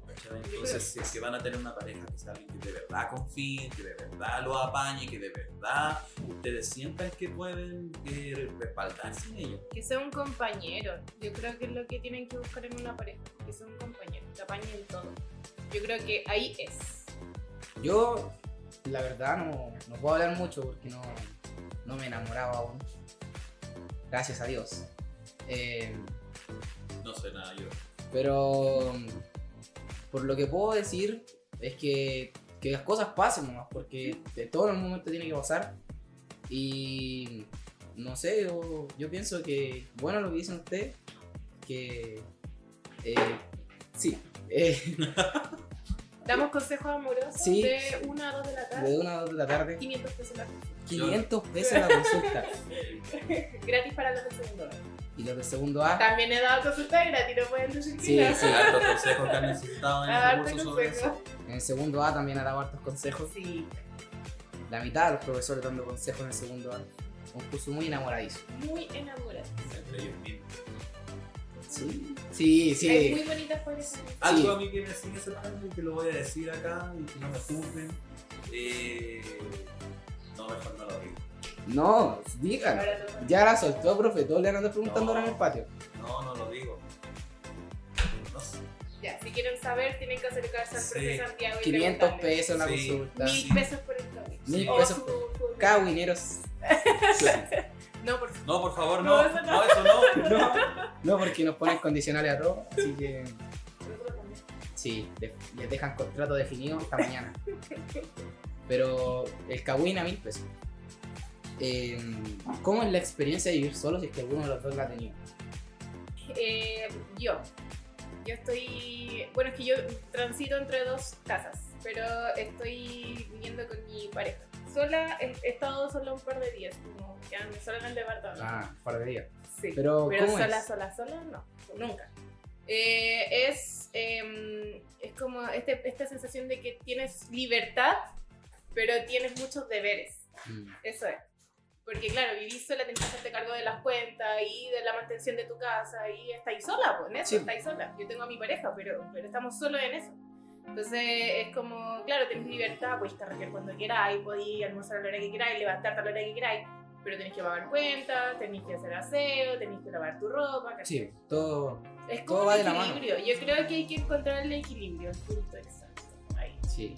[SPEAKER 2] ¿cachai? Entonces, si es que van a tener una pareja que sea alguien que de verdad confíe, que de verdad lo apañe, que de verdad ustedes sientan que pueden eh, respaldarse en ellos.
[SPEAKER 3] Que sea un compañero. Yo creo que es lo que tienen que buscar en una pareja. Que sea un compañero. Que apañen todo. Yo creo que ahí es.
[SPEAKER 1] Yo, la verdad, no, no puedo hablar mucho porque no, no me enamoraba aún. Gracias a Dios. Eh,
[SPEAKER 2] No sé nada, yo.
[SPEAKER 1] pero por lo que puedo decir es que, que las cosas pasen nomás, porque de todo en un momento tiene que pasar. Y no sé, yo, yo pienso que, bueno, lo que dicen ustedes, que eh, sí. eh,
[SPEAKER 3] Damos consejos amorosos
[SPEAKER 1] Sí.
[SPEAKER 3] de 1 a 2 de la tarde.
[SPEAKER 1] de una a dos de la tarde,
[SPEAKER 3] 500 pesos la
[SPEAKER 1] 500 pesos la consulta.
[SPEAKER 2] eh,
[SPEAKER 3] Gratis para los de segundo grado.
[SPEAKER 1] Y los del segundo A,
[SPEAKER 3] También he dado consulta gratis, no pueden decir que
[SPEAKER 1] Sí,
[SPEAKER 3] no.
[SPEAKER 1] sí.
[SPEAKER 2] Sí, hartos consejos que han necesitado en
[SPEAKER 3] A
[SPEAKER 2] el
[SPEAKER 3] darte
[SPEAKER 2] curso sobre
[SPEAKER 3] consejos.
[SPEAKER 2] eso.
[SPEAKER 1] en el segundo A también ha dado hartos consejos.
[SPEAKER 3] Sí,
[SPEAKER 1] La mitad de los profesores dando consejos en el segundo A. Un curso muy enamoradizo.
[SPEAKER 3] muy enamorada.
[SPEAKER 2] Entre ellos mismos.
[SPEAKER 1] Sí, sí,
[SPEAKER 3] Hay
[SPEAKER 1] sí.
[SPEAKER 3] muy bonitas flores. en el-
[SPEAKER 2] Algo
[SPEAKER 1] Sí.
[SPEAKER 2] a mí que me sigue acercando y que lo voy a decir acá y que no me juzguen. Eh, no, mejor no lo digo.
[SPEAKER 1] No, digan.
[SPEAKER 3] Ahora todo.
[SPEAKER 1] Ya la soltó, profe. Todos le andan preguntando ahora en el patio.
[SPEAKER 2] No, no lo digo. No sé.
[SPEAKER 3] Ya, si quieren saber, tienen que acercarse al
[SPEAKER 2] Sí.
[SPEAKER 3] profe Santiago. y
[SPEAKER 1] 500
[SPEAKER 3] preguntarle.
[SPEAKER 1] pesos la
[SPEAKER 2] Sí.
[SPEAKER 1] consulta.
[SPEAKER 2] Sí.
[SPEAKER 3] Mil pesos por el cable.
[SPEAKER 1] Mil
[SPEAKER 3] O
[SPEAKER 1] pesos
[SPEAKER 3] su- su-
[SPEAKER 1] Cabineros.
[SPEAKER 3] No, por
[SPEAKER 2] No, por favor,
[SPEAKER 3] No,
[SPEAKER 2] no.
[SPEAKER 3] eso no.
[SPEAKER 2] No, eso no.
[SPEAKER 1] No, no, porque nos ponen condicionales a todos. Así que,
[SPEAKER 3] favor.
[SPEAKER 1] sí, le- les dejan contrato definido hasta mañana. Pero el Kawin a mil pesos. Eh, ¿Cómo es la experiencia de vivir solo si es que alguno de los dos la ha tenido?
[SPEAKER 3] Eh, yo. Yo estoy. Bueno, es que yo transito entre dos casas, pero estoy viviendo con mi pareja. Sola, he, he estado sola un par de días, como quedándome sola en el departamento.
[SPEAKER 1] Ah, un par de días.
[SPEAKER 3] sí.
[SPEAKER 1] Pero,
[SPEAKER 3] Pero
[SPEAKER 1] ¿cómo
[SPEAKER 3] sola,
[SPEAKER 1] es?
[SPEAKER 3] sola, sola, no, nunca. Eh, es, em, es como este- esta sensación de que tienes libertad, pero tienes muchos deberes.
[SPEAKER 1] Mm.
[SPEAKER 3] Eso es. Porque claro, vivís sola, tenés que hacerte cargo de las cuentas y de la mantención de tu casa y estáis sola, pues en eso,
[SPEAKER 1] Sí.
[SPEAKER 3] estáis sola. Yo tengo a mi pareja, pero, pero estamos solos en eso. Entonces es como, claro, tenés libertad, podéis carretear cuando queráis, podéis almorzar a la hora que queráis, levantarte a la hora que queráis, pero tenés que pagar cuentas, tenés que hacer aseo, tenés que lavar tu ropa, ¿cachai?
[SPEAKER 1] Sí, todo.
[SPEAKER 3] Es
[SPEAKER 1] Todo
[SPEAKER 3] como
[SPEAKER 1] va
[SPEAKER 3] un
[SPEAKER 1] de la mano.
[SPEAKER 3] equilibrio. Yo creo que hay que encontrar el equilibrio, el punto exacto. Ahí.
[SPEAKER 1] Sí.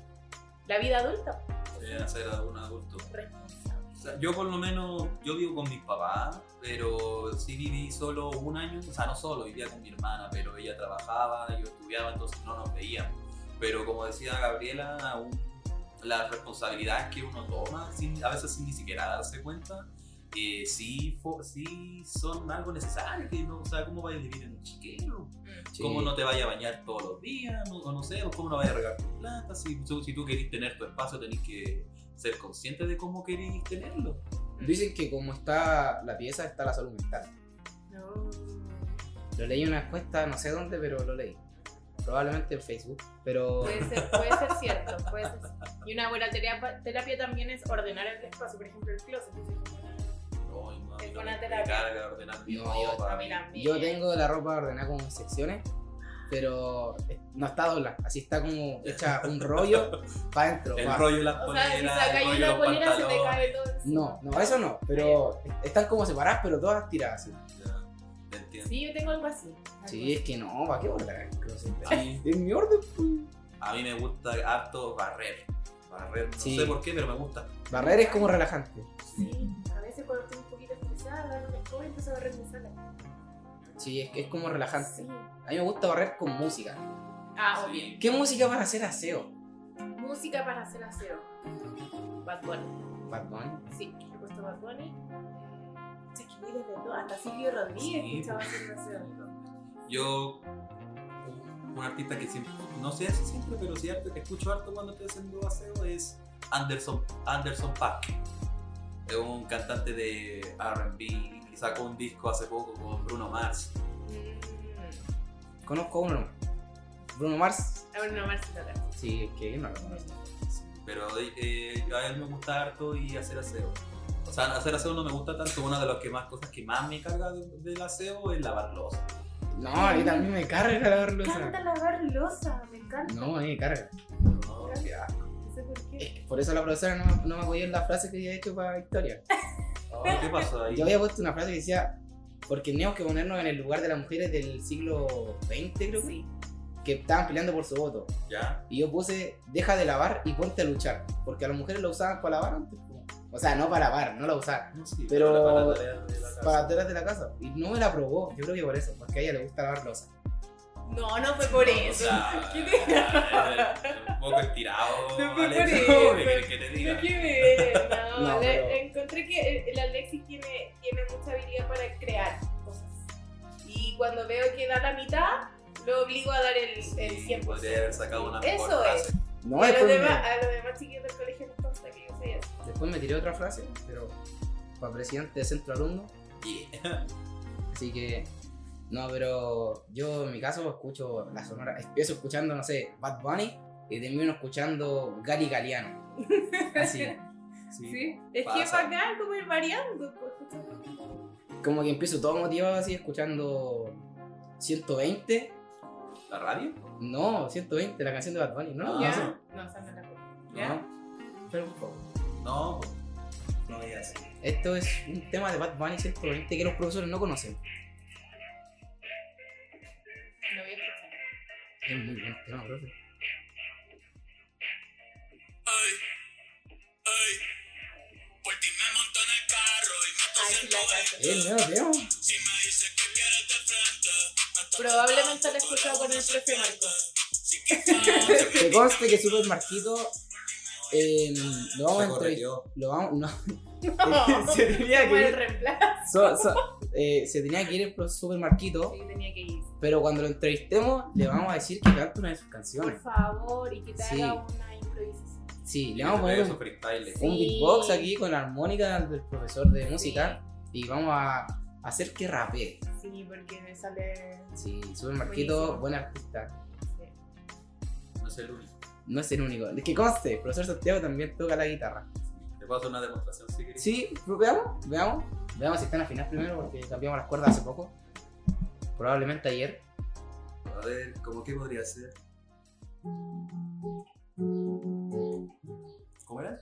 [SPEAKER 3] La vida adulta,
[SPEAKER 2] Deberían ser un adulto.
[SPEAKER 3] responsable.
[SPEAKER 2] O sea, yo por lo menos, yo vivo con mis papás, pero sí viví solo un año, o sea, no solo, vivía con mi hermana, pero ella trabajaba, yo estudiaba, entonces no nos veíamos. Pero como decía Gabriela, aún las responsabilidades que uno toma, sin- a veces sin ni siquiera darse cuenta, eh, sí, fo- sí son algo necesario. Que no, o sea, ¿cómo vais a vivir en un chiquero?
[SPEAKER 1] Sí.
[SPEAKER 2] ¿Cómo no te vayas a bañar todos los días? No, o no sé, o ¿cómo no vayas a regar tus plantas? Si, si tú querés tener tu espacio, tenés que ser consciente de cómo querés tenerlo.
[SPEAKER 1] Dicen que como está la pieza, está la salud mental.
[SPEAKER 3] Mm. No.
[SPEAKER 1] Lo leí en una encuesta, no sé dónde, pero lo leí. Probablemente en Facebook. Pero
[SPEAKER 3] Puede ser, puede ser cierto, puede ser. Y una buena terapia, terapia también es ordenar el espacio, por ejemplo, el closet.
[SPEAKER 2] No, y no,
[SPEAKER 3] Es
[SPEAKER 2] y no
[SPEAKER 3] buena
[SPEAKER 2] me
[SPEAKER 3] terapia.
[SPEAKER 2] carga ordenar mi
[SPEAKER 1] No,
[SPEAKER 2] ropa.
[SPEAKER 3] A mí también.
[SPEAKER 1] yo tengo la ropa ordenada como en secciones, pero no está doblada. Así está como hecha un rollo para adentro.
[SPEAKER 2] El
[SPEAKER 1] pa'.
[SPEAKER 2] rollo de las
[SPEAKER 3] O sea, si
[SPEAKER 2] poleras, el
[SPEAKER 3] sacáis
[SPEAKER 2] rollo de
[SPEAKER 3] una
[SPEAKER 2] los
[SPEAKER 3] polera se te
[SPEAKER 2] pantalones.
[SPEAKER 3] cae todo. encima.
[SPEAKER 1] No, no, eso no. Pero están como separadas, pero todas tiradas así.
[SPEAKER 2] Ya, te entiendo.
[SPEAKER 3] Sí, yo tengo algo así. algo
[SPEAKER 1] Sí, es que no, ¿para qué ordenar el closet?
[SPEAKER 2] Sí.
[SPEAKER 1] Es mi orden, pues.
[SPEAKER 2] A mí me gusta harto barrer. Barrer, no
[SPEAKER 1] Sí.
[SPEAKER 2] sé por qué, pero me gusta.
[SPEAKER 1] Barrer es como relajante.
[SPEAKER 3] así. Sí, a veces cuando estoy un poquito estresada, agarro una escoba y empiezo a barrer mi sala.
[SPEAKER 1] Sí, es que es como relajante.
[SPEAKER 3] Sí.
[SPEAKER 1] A mí me gusta barrer con música.
[SPEAKER 3] Ah,
[SPEAKER 2] Sí.
[SPEAKER 3] obvio.
[SPEAKER 1] ¿Qué música para hacer aseo?
[SPEAKER 3] Música para hacer aseo. Bad Bunny.
[SPEAKER 1] Bad Bunny.
[SPEAKER 3] Sí, he puesto Bad Bunny. Se que voy desde todo. Hasta Silvio Rodríguez
[SPEAKER 2] Sí.
[SPEAKER 3] escuchaba hacer aseo. Mm.
[SPEAKER 2] Yo, un, un artista que siempre, no sé si siempre, pero sí harto, que escucho harto cuando estoy haciendo aseo es Anderson, Anderson Paak. Es un cantante de RB que sacó un disco hace poco con Bruno Mars.
[SPEAKER 3] Mm.
[SPEAKER 1] Conozco uno. nomás. Bruno Mars.
[SPEAKER 3] A ver, Ah, no, Marcelo.
[SPEAKER 1] Sí, es que no lo conozco.
[SPEAKER 2] Pero eh, yo a él me gusta harto y hacer aseo. O sea, hacer aseo no me gusta tanto. Una de las que más cosas que más me carga de- del aseo es lavar losa.
[SPEAKER 1] No, a mí también me carga la
[SPEAKER 3] Me
[SPEAKER 1] barluza.
[SPEAKER 3] encanta lavar losa, me encanta.
[SPEAKER 1] No, a mí me carga.
[SPEAKER 2] No, qué asco.
[SPEAKER 3] No sé por qué.
[SPEAKER 1] Es que por eso la profesora no, no me apoyó en la frase que había hecho para Victoria.
[SPEAKER 2] Ay, ¿Qué pasó ahí?
[SPEAKER 1] Yo había puesto una frase que decía, porque teníamos que ponernos en el lugar de las mujeres del siglo XX, creo que,
[SPEAKER 3] Sí.
[SPEAKER 1] que estaban peleando por su voto.
[SPEAKER 2] ¿Ya?
[SPEAKER 1] Y yo puse, deja de lavar y ponte a luchar. Porque a las mujeres lo usaban para lavar antes. po. O sea, no para lavar, no la usar.
[SPEAKER 2] No, sí,
[SPEAKER 1] Pero-
[SPEAKER 2] para la tarea de la casa.
[SPEAKER 1] Para atrás de la casa. Y no me la probó. Yo creo que por eso, porque a ella le gusta lavar losa.
[SPEAKER 3] No, no fue por
[SPEAKER 2] No, O
[SPEAKER 3] eso.
[SPEAKER 2] sea,
[SPEAKER 3] ¿Qué te-
[SPEAKER 2] eh, un poco estirado.
[SPEAKER 3] No fue por
[SPEAKER 2] Alexa,
[SPEAKER 3] eso.
[SPEAKER 2] ¿qué querés que te diga?
[SPEAKER 3] No, qué ver, no.
[SPEAKER 1] No,
[SPEAKER 3] Le-
[SPEAKER 1] pero-
[SPEAKER 3] Encontré que el- el Alexis tiene, tiene mucha habilidad para crear cosas. Y cuando veo que da la mitad, lo obligo a dar el,
[SPEAKER 2] Sí,
[SPEAKER 3] el 100%.
[SPEAKER 2] Podría haber sacado una mejor
[SPEAKER 3] Eso
[SPEAKER 2] frase.
[SPEAKER 1] No,
[SPEAKER 3] Y a, los
[SPEAKER 1] después
[SPEAKER 3] demás,
[SPEAKER 1] me,
[SPEAKER 3] a los demás chiquillos del colegio les consta que yo soy así.
[SPEAKER 1] después me tiré otra frase, pero para presidente de centro alumno.
[SPEAKER 2] Yeah.
[SPEAKER 1] Así que, no, pero yo en mi caso escucho la sonora, empiezo escuchando, no sé, Bad Bunny y termino escuchando Gary Galeano. Así,
[SPEAKER 2] Sí.
[SPEAKER 3] Es que es
[SPEAKER 2] pasa.
[SPEAKER 3] bacán como ir variando. pues, escuchando.
[SPEAKER 1] como que empiezo todo motivado así, escuchando 120,
[SPEAKER 2] ¿La radio?
[SPEAKER 1] no, 120, la canción de Bad Bunny, no,
[SPEAKER 2] Ah,
[SPEAKER 1] no,
[SPEAKER 3] ¿Ya? No, esa no la conozco. ¿Ya?
[SPEAKER 1] no, pero un poco.
[SPEAKER 2] No, pues, no digas así.
[SPEAKER 1] Esto es un tema de Bad Bunny 120 que los profesores no conocen.
[SPEAKER 3] Lo voy a escuchar.
[SPEAKER 1] Es muy buen tema, profe.
[SPEAKER 4] Ey, ey, por ti me monto en el carro y meto
[SPEAKER 3] Ay, sí la
[SPEAKER 4] 120.
[SPEAKER 3] cacho.
[SPEAKER 1] Es el nuevo tema.
[SPEAKER 4] Si me dices que quieres de frente, meto
[SPEAKER 3] Probablemente la he escuchado con el profe Marco.
[SPEAKER 1] Que conste que Super Marquito eh, lo vamos a
[SPEAKER 2] Se
[SPEAKER 1] entrevistar.
[SPEAKER 2] corrigió.
[SPEAKER 1] Lo vamos, no,
[SPEAKER 3] No,
[SPEAKER 1] se tenía
[SPEAKER 3] como
[SPEAKER 1] que
[SPEAKER 3] el
[SPEAKER 1] ir.
[SPEAKER 3] reemplazo.
[SPEAKER 1] so- so- eh, se tenía que ir el pro- Super Marquito,
[SPEAKER 3] Sí, tenía que ir.
[SPEAKER 1] pero cuando lo entrevistemos le vamos a decir que cante una de sus
[SPEAKER 3] Por
[SPEAKER 1] canciones.
[SPEAKER 3] favor, y que te
[SPEAKER 1] Sí.
[SPEAKER 3] haga una improvisación.
[SPEAKER 1] Sí, le vamos a poner
[SPEAKER 2] Esos
[SPEAKER 1] un,
[SPEAKER 2] freestyles.
[SPEAKER 1] un
[SPEAKER 3] Sí.
[SPEAKER 1] beatbox aquí con la armónica del profesor de música y vamos a hacer que rapee.
[SPEAKER 3] Sí, porque me sale.
[SPEAKER 1] Sí, Super Marquito,
[SPEAKER 3] Buenísimo.
[SPEAKER 1] buen artista.
[SPEAKER 3] sí.
[SPEAKER 2] No es el único.
[SPEAKER 1] No es el único. Que conste, el profesor Santiago también toca la guitarra.
[SPEAKER 2] Te paso una demostración si querés.
[SPEAKER 1] Sí, pero veamos, veamos. Veamos si están afinadas primero porque cambiamos las cuerdas hace poco. Probablemente ayer.
[SPEAKER 2] A ver, ¿cómo qué podría ser? ¿Cómo era?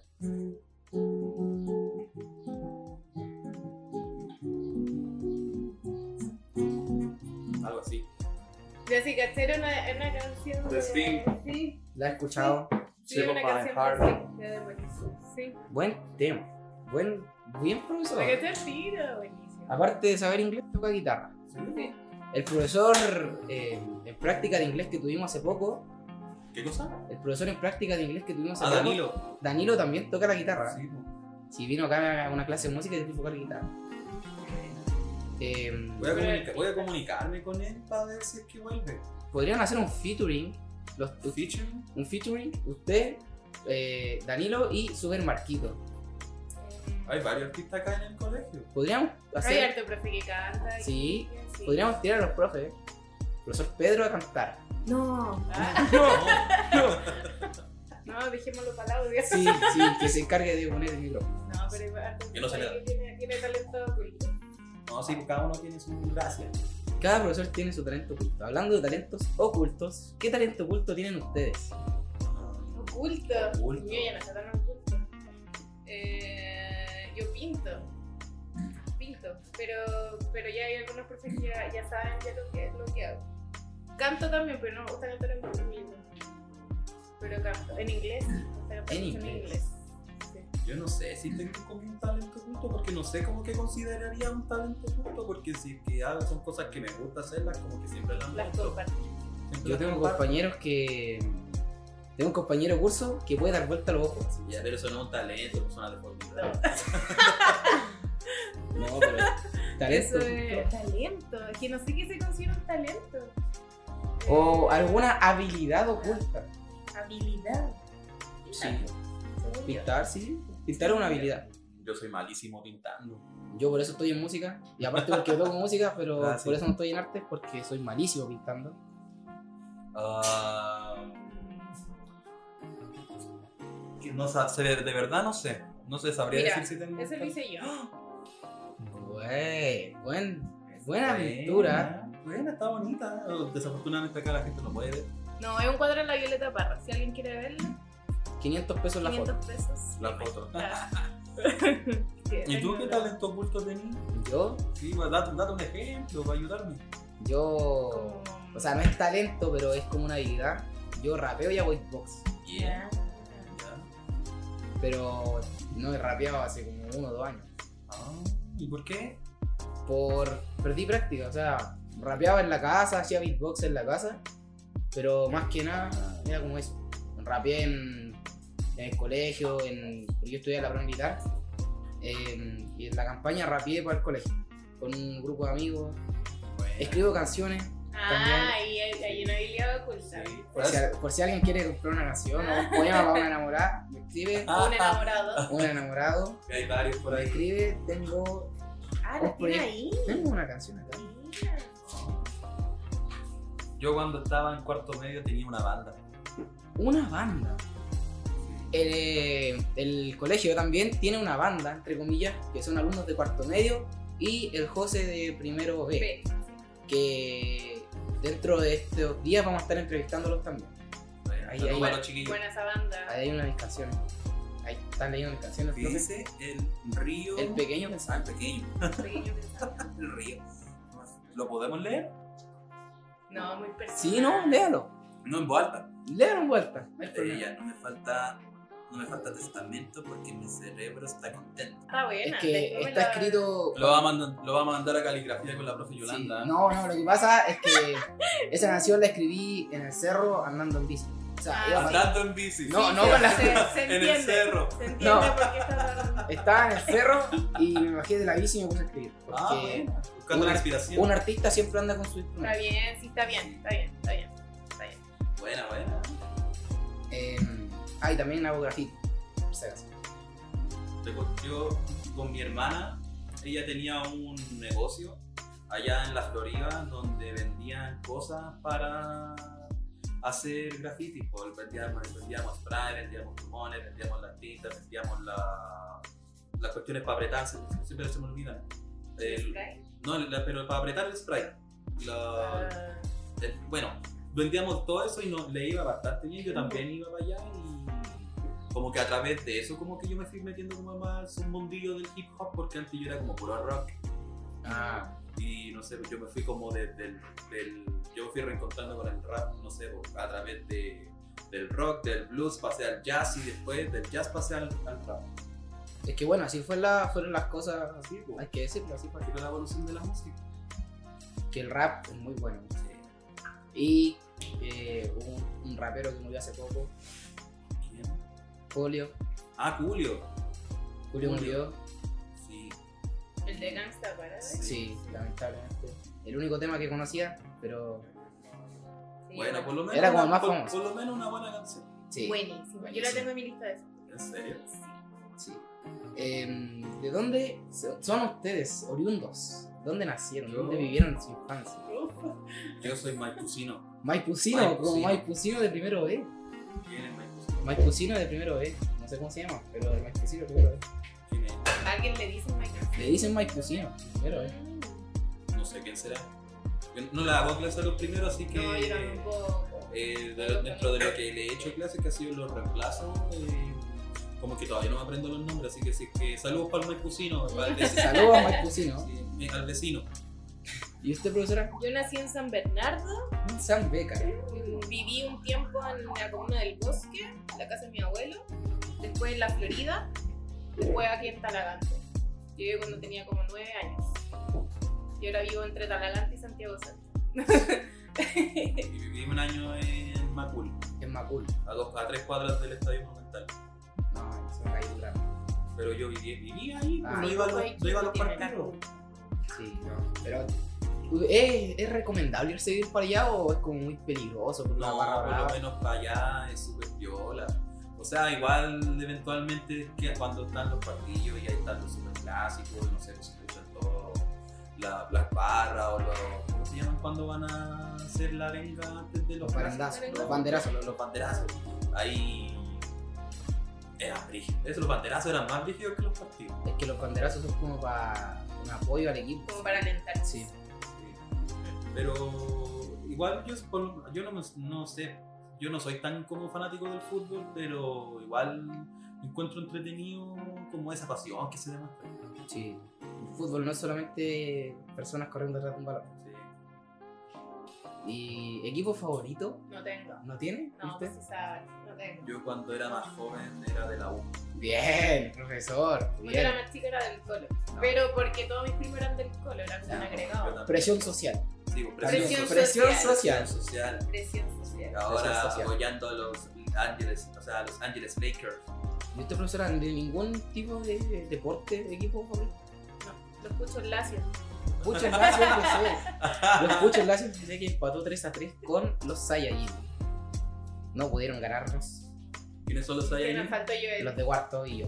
[SPEAKER 2] Algo así.
[SPEAKER 3] Ya sí, ¿cachero? Una, una canción.
[SPEAKER 5] The Sting.
[SPEAKER 3] Sí,
[SPEAKER 1] La he escuchado.
[SPEAKER 3] sí,
[SPEAKER 5] Shape
[SPEAKER 3] una
[SPEAKER 5] of My
[SPEAKER 3] canción.
[SPEAKER 5] Heart.
[SPEAKER 3] así, ya de buenísimo. Sí.
[SPEAKER 1] Buen tema. Buen, bien profesor.
[SPEAKER 3] La canción tiro, buenísimo.
[SPEAKER 1] Aparte de saber inglés, toca guitarra.
[SPEAKER 3] Sí.
[SPEAKER 1] El profesor eh, en práctica de inglés que tuvimos hace poco
[SPEAKER 2] ¿Qué cosa?
[SPEAKER 1] El profesor en práctica de inglés que tuvimos
[SPEAKER 2] A
[SPEAKER 1] acá,
[SPEAKER 2] Ah, Danilo.
[SPEAKER 1] Danilo también toca la guitarra.
[SPEAKER 2] Sí, po.
[SPEAKER 1] Si vino acá a una clase de música y después tocar guitarra. Eh,
[SPEAKER 2] voy, a comunica- voy a comunicarme con él para ver si es que vuelve.
[SPEAKER 1] Podrían hacer un featuring, los,
[SPEAKER 2] Featuring.
[SPEAKER 1] un featuring, usted, eh, Danilo y Super Marquito.
[SPEAKER 2] Hay varios artistas acá en el colegio.
[SPEAKER 1] Podríamos
[SPEAKER 3] Hay
[SPEAKER 1] hacer.
[SPEAKER 3] harto Eh, profe que canta. y-
[SPEAKER 1] Sí,
[SPEAKER 3] sí.
[SPEAKER 1] podríamos tirar a los profes. eh. Profesor Pedro a cantar.
[SPEAKER 3] No. Ah,
[SPEAKER 2] No,
[SPEAKER 3] no, dejémoslo para el audio.
[SPEAKER 1] Sí, sí, que se encargue de poner el micrófono.
[SPEAKER 3] No, pero igual, harto
[SPEAKER 2] Que no se le
[SPEAKER 3] profe
[SPEAKER 2] da.
[SPEAKER 3] tiene, tiene talento oculto.
[SPEAKER 2] no, sí, cada uno tiene su gracia.
[SPEAKER 1] Cada profesor tiene su talento oculto. Hablando de talentos ocultos, ¿qué talento oculto tienen ustedes?
[SPEAKER 3] Oculto.
[SPEAKER 2] Oculto.
[SPEAKER 3] Yo ya no sé tan oculto. Eh, yo pinto. Pinto. Pero, pero ya hay algunos profes que ya, ya saben ya lo, que, lo que hago. Canto también, pero no me gusta cantar en portugués. Pero canto. En inglés. me gusta cantar
[SPEAKER 1] En
[SPEAKER 3] mucho
[SPEAKER 1] inglés.
[SPEAKER 2] Yo no sé si tengo como un talento oculto, porque no sé cómo que consideraría un talento oculto, porque si es que hago son cosas que me gusta hacerlas, como que siempre las
[SPEAKER 3] Las
[SPEAKER 2] muestro.
[SPEAKER 3] comparto.
[SPEAKER 2] Siempre
[SPEAKER 1] Yo
[SPEAKER 2] las
[SPEAKER 1] tengo
[SPEAKER 2] comparto.
[SPEAKER 1] compañeros que. Tengo un compañero curso que puede dar vuelta a los ojos.
[SPEAKER 2] Ya, pero eso no es un talento, no es una deformidad.
[SPEAKER 1] No, pero. Talento.
[SPEAKER 3] Eso es talento. Es que no sé qué se considera un talento. Eh,
[SPEAKER 1] O alguna habilidad oculta.
[SPEAKER 3] Habilidad.
[SPEAKER 1] Sí.
[SPEAKER 3] según yo.
[SPEAKER 1] Pintar, sí. Pintar es una habilidad.
[SPEAKER 2] Yo soy malísimo pintando.
[SPEAKER 1] Yo por eso estoy en música. Y aparte porque toco música, pero
[SPEAKER 2] Ah, sí.
[SPEAKER 1] por eso no estoy en arte, porque soy malísimo pintando.
[SPEAKER 2] Ah, que no sa- sé, de verdad no sé. No sé, sabría
[SPEAKER 3] Mira,
[SPEAKER 2] decir si tengo.
[SPEAKER 3] Eso lo
[SPEAKER 2] tal-
[SPEAKER 3] hice yo.
[SPEAKER 1] Güey, buen. Buena pintura.
[SPEAKER 2] Buena, está bonita. Oh, Desafortunadamente acá la gente no puede ver.
[SPEAKER 3] No, es un cuadro de la Violeta Parra. Si alguien quiere verlo,
[SPEAKER 1] 500 pesos la foto.
[SPEAKER 3] 500 pesos.
[SPEAKER 2] la foto.
[SPEAKER 3] Que
[SPEAKER 2] ¿Y tú
[SPEAKER 3] tengo
[SPEAKER 2] qué
[SPEAKER 3] la-
[SPEAKER 2] talento oculto tenías?
[SPEAKER 1] Yo,
[SPEAKER 2] Sí, pues, date, date un ejemplo para ayudarme.
[SPEAKER 1] yo.
[SPEAKER 3] Como-
[SPEAKER 1] O sea, no es talento, pero es como una habilidad. Yo rapeo y hago beatbox.
[SPEAKER 2] Ya.
[SPEAKER 3] Ya.
[SPEAKER 1] Pero no he rapeado hace como uno o dos años.
[SPEAKER 2] Ah, ¿Y por qué?
[SPEAKER 1] por perdí práctica, o sea, rapeaba en la casa, hacía beatbox en la casa, pero más que nada era como eso. Rapeé en, en el colegio, en, porque yo estudié la Brown Guitar, eh, y en la campaña rapeé para el colegio, con un grupo de amigos, escribo canciones,
[SPEAKER 3] Ah, y hay, hay una habilidad oculta.
[SPEAKER 2] Sí.
[SPEAKER 1] por si, por si alguien quiere comprar una canción o un poema para una enamorada, me escribe,
[SPEAKER 2] Ah.
[SPEAKER 3] Un enamorado.
[SPEAKER 1] un enamorado,
[SPEAKER 2] Hay varios por
[SPEAKER 1] me
[SPEAKER 2] ahí.
[SPEAKER 1] escribe, tengo,
[SPEAKER 3] Ah,
[SPEAKER 1] la
[SPEAKER 3] la
[SPEAKER 1] tiene
[SPEAKER 3] tiene ahí.
[SPEAKER 1] tengo una canción acá.
[SPEAKER 2] Yo cuando estaba en cuarto medio tenía una banda.
[SPEAKER 1] una banda. El, eh, el colegio también tiene una banda, entre comillas, que son alumnos de cuarto medio y el José de primero B,
[SPEAKER 3] Ve.
[SPEAKER 1] que dentro de estos días vamos a estar entrevistándolos también. Ahí,
[SPEAKER 2] Saludos
[SPEAKER 1] ahí.
[SPEAKER 2] para los chiquillos.
[SPEAKER 3] Buena esa banda.
[SPEAKER 1] Ahí hay una de mis canciones. Ahí están leyendo mis canciones.
[SPEAKER 2] ¿Qué
[SPEAKER 1] profe.
[SPEAKER 2] dice el río?
[SPEAKER 1] El pequeño
[SPEAKER 2] Ah, el
[SPEAKER 1] pensamiento.
[SPEAKER 2] pequeño.
[SPEAKER 3] Pequeño pensamiento.
[SPEAKER 2] El río. ¿Lo podemos leer?
[SPEAKER 3] No, muy personal.
[SPEAKER 1] Sí, no, léalo.
[SPEAKER 2] No en voz alta.
[SPEAKER 1] Léalo en vuelta. no hay
[SPEAKER 2] Eh,
[SPEAKER 1] problema.
[SPEAKER 2] ya, no me falta. No me falta testamento porque mi cerebro está contento.
[SPEAKER 3] Está buena.
[SPEAKER 1] Es que
[SPEAKER 3] después me
[SPEAKER 1] está
[SPEAKER 3] la-
[SPEAKER 1] escrito.
[SPEAKER 2] Lo va a mandar, lo va a, mandar a caligrafía con la profe
[SPEAKER 1] Sí,
[SPEAKER 2] Yolanda.
[SPEAKER 1] No, no, lo que pasa es que esa canción la escribí en el cerro andando en bici. O sea,
[SPEAKER 3] Ah,
[SPEAKER 1] iba para-
[SPEAKER 2] Andando en bici.
[SPEAKER 1] No,
[SPEAKER 3] Sí,
[SPEAKER 1] no
[SPEAKER 3] se-
[SPEAKER 1] con la-
[SPEAKER 3] se, se
[SPEAKER 2] En
[SPEAKER 3] entiende.
[SPEAKER 2] el cerro.
[SPEAKER 3] Se entiende
[SPEAKER 1] No.
[SPEAKER 3] por qué estás hablando.
[SPEAKER 1] Estaba en el cerro y me bajé de la bici y me puse a escribir. Porque
[SPEAKER 2] Ah, bueno. Buscando la
[SPEAKER 1] una-
[SPEAKER 2] inspiración.
[SPEAKER 1] un artista siempre anda con su
[SPEAKER 3] Está
[SPEAKER 1] instrumento.
[SPEAKER 3] bien, sí, está bien, está bien, está bien. Está bien.
[SPEAKER 2] Buena, buena.
[SPEAKER 1] Eh, ah, y también hago graffiti. por si acaso.
[SPEAKER 2] Te cu- Yo con mi hermana, ella tenía un negocio allá en la Florida donde vendían cosas para hacer graffiti. Pues, vendíamos, vendíamos spray, vendíamos plumones, vendíamos las tintas, vendíamos la- las cuestiones para apretar, se- siempre se me olvidan. El- no, la- pero para apretar el spray. La-
[SPEAKER 3] Ah,
[SPEAKER 2] eh, bueno, vendíamos todo eso y no, le iba bastante bien. Yo también iba para allá y como que a través de eso como que yo me fui metiendo como más un mundillo del hip hop porque antes yo era como puro rock
[SPEAKER 1] Ah,
[SPEAKER 2] y no sé, yo me fui como de- del, del- yo me fui reencontrando con el rap, no sé, a través de, del rock, del blues, pasé al jazz y después del jazz pasé al, al rap.
[SPEAKER 1] es que bueno, así fue la, fueron las cosas.
[SPEAKER 2] Así, pues, po.
[SPEAKER 1] Hay que decirlo, así fue.
[SPEAKER 2] así fue la evolución de la música.
[SPEAKER 1] Que el rap es muy bueno. Y eh, un, un rapero que murió hace poco, Julio.
[SPEAKER 2] Ah, Julio.
[SPEAKER 1] Julio
[SPEAKER 2] Julio.
[SPEAKER 1] murió,
[SPEAKER 2] Sí.
[SPEAKER 3] El de Gangsta Paradise.
[SPEAKER 1] sí, lamentablemente. El único tema que conocía, pero
[SPEAKER 3] Sí,
[SPEAKER 2] Bueno, por lo menos.
[SPEAKER 1] Era como
[SPEAKER 2] una-
[SPEAKER 1] más
[SPEAKER 2] por-
[SPEAKER 1] famoso.
[SPEAKER 2] Por lo menos una buena canción.
[SPEAKER 1] sí.
[SPEAKER 3] Buenísimo. Yo la
[SPEAKER 1] Buenísimo.
[SPEAKER 3] tengo en mi lista de eso.
[SPEAKER 2] ¿En serio?
[SPEAKER 1] sí. Em, ¿De dónde so- son ustedes, oriundos? ¿Dónde nacieron?
[SPEAKER 2] Yo-
[SPEAKER 1] ¿Dónde vivieron su infancia?
[SPEAKER 2] Yo soy Maipucino.
[SPEAKER 1] Maipucino, como
[SPEAKER 2] Maipucino.
[SPEAKER 1] Maipucino de primero B.
[SPEAKER 2] ¿Quién es Maipucino?
[SPEAKER 1] Maipucino de primero B. No sé cómo se llama, pero el Maipucino de primero B.
[SPEAKER 2] ¿Quién es?
[SPEAKER 3] Alguien le dice Michael.
[SPEAKER 1] Le dicen Maipucino de primero E. B.
[SPEAKER 2] No sé quién será. Yo no la hago clase a los primeros, así que.
[SPEAKER 3] No, yo tampoco.
[SPEAKER 2] eh, de- dentro de lo que le he hecho en clase, que ha sido los reemplazos, eh, como que todavía no me aprendo los nombres, así que, sí que saludos para el Maipucino, para el vecino,
[SPEAKER 1] Saludos a Maipucino.
[SPEAKER 2] sí, al vecino.
[SPEAKER 1] ¿Y usted, profesora?
[SPEAKER 3] Yo nací en San Bernardo, mm,
[SPEAKER 1] San Beca.
[SPEAKER 3] viví un tiempo en la comuna del bosque, en la casa de mi abuelo, después en la Florida, después aquí en Talagante. Llegué cuando tenía como nueve años. Y ahora vivo entre Talagante y Santiago Centro.
[SPEAKER 2] Y viví un año en Macul,
[SPEAKER 1] Es Macul.
[SPEAKER 2] a, dos, a tres cuadras del Estadio Monumental.
[SPEAKER 1] No, es una calle dura.
[SPEAKER 2] Pero yo viví, viví ahí, pues,
[SPEAKER 1] Ah,
[SPEAKER 2] no, iba a los, no iba a los
[SPEAKER 3] pues,
[SPEAKER 2] partidos.
[SPEAKER 1] Sí, no. Pero. ¿Es, es recomendable irse a vivir para allá o es como muy peligroso? Por la
[SPEAKER 2] No,
[SPEAKER 1] barra
[SPEAKER 2] por lo
[SPEAKER 1] brava?
[SPEAKER 2] menos para allá es súper viola. O sea, igual eventualmente que cuando están los partidos y ahí están los super clásicos, no sé, se echan todo, la, las barras o los. ¿Cómo se llaman cuando van a hacer la arenga antes de
[SPEAKER 1] Los
[SPEAKER 2] los clásicos?
[SPEAKER 1] barandazos,
[SPEAKER 3] Los
[SPEAKER 1] los banderazos.
[SPEAKER 2] Los, los banderazos. Ahí. Era brígido. Eso, los banderazos eran más brígidos que los partidos.
[SPEAKER 1] Es que los banderazos son como para un apoyo al equipo.
[SPEAKER 3] Como para alentar.
[SPEAKER 1] Sí.
[SPEAKER 2] Pero igual yo, por- yo no, me- no sé, yo no soy tan como fanático del fútbol, pero igual encuentro entretenido como esa pasión que se demuestra.
[SPEAKER 1] Sí. El fútbol no es solamente personas corriendo detrás de un balón.
[SPEAKER 2] Sí.
[SPEAKER 1] ¿Y equipo favorito?
[SPEAKER 3] No tengo.
[SPEAKER 1] ¿No tiene?
[SPEAKER 3] No,
[SPEAKER 1] usted?
[SPEAKER 3] pues sí sabe, no tengo.
[SPEAKER 2] Yo cuando era más joven era de la U.
[SPEAKER 1] Bien, profesor.
[SPEAKER 3] Cuando era
[SPEAKER 1] Bien.
[SPEAKER 3] más chica era del colo. Pero porque todos mis primos eran del colo, eran
[SPEAKER 2] Sí,
[SPEAKER 3] un agregado.
[SPEAKER 2] yo también.
[SPEAKER 1] Presión social.
[SPEAKER 2] Sí, pues,
[SPEAKER 3] Presión
[SPEAKER 2] presión, social.
[SPEAKER 1] Presión social.
[SPEAKER 3] social.
[SPEAKER 2] social.
[SPEAKER 3] Precioso. sí.
[SPEAKER 2] Ahora
[SPEAKER 1] Presión social.
[SPEAKER 2] apoyando a los Ángeles, o sea, a los Ángeles Lakers.
[SPEAKER 1] ¿Y usted, profesora, de ningún tipo de de deporte, de equipo favorito?
[SPEAKER 3] Lo escucho en Lazio.
[SPEAKER 1] Escucho el Lazio FC. Lo escucho el Lazio FC que empató 3 a 3 con los Saiyajin. No pudieron ganarnos
[SPEAKER 2] ¿Quiénes son los
[SPEAKER 3] Que
[SPEAKER 2] Ángeles?
[SPEAKER 3] nos faltó yo.
[SPEAKER 1] los de cuarto y yo.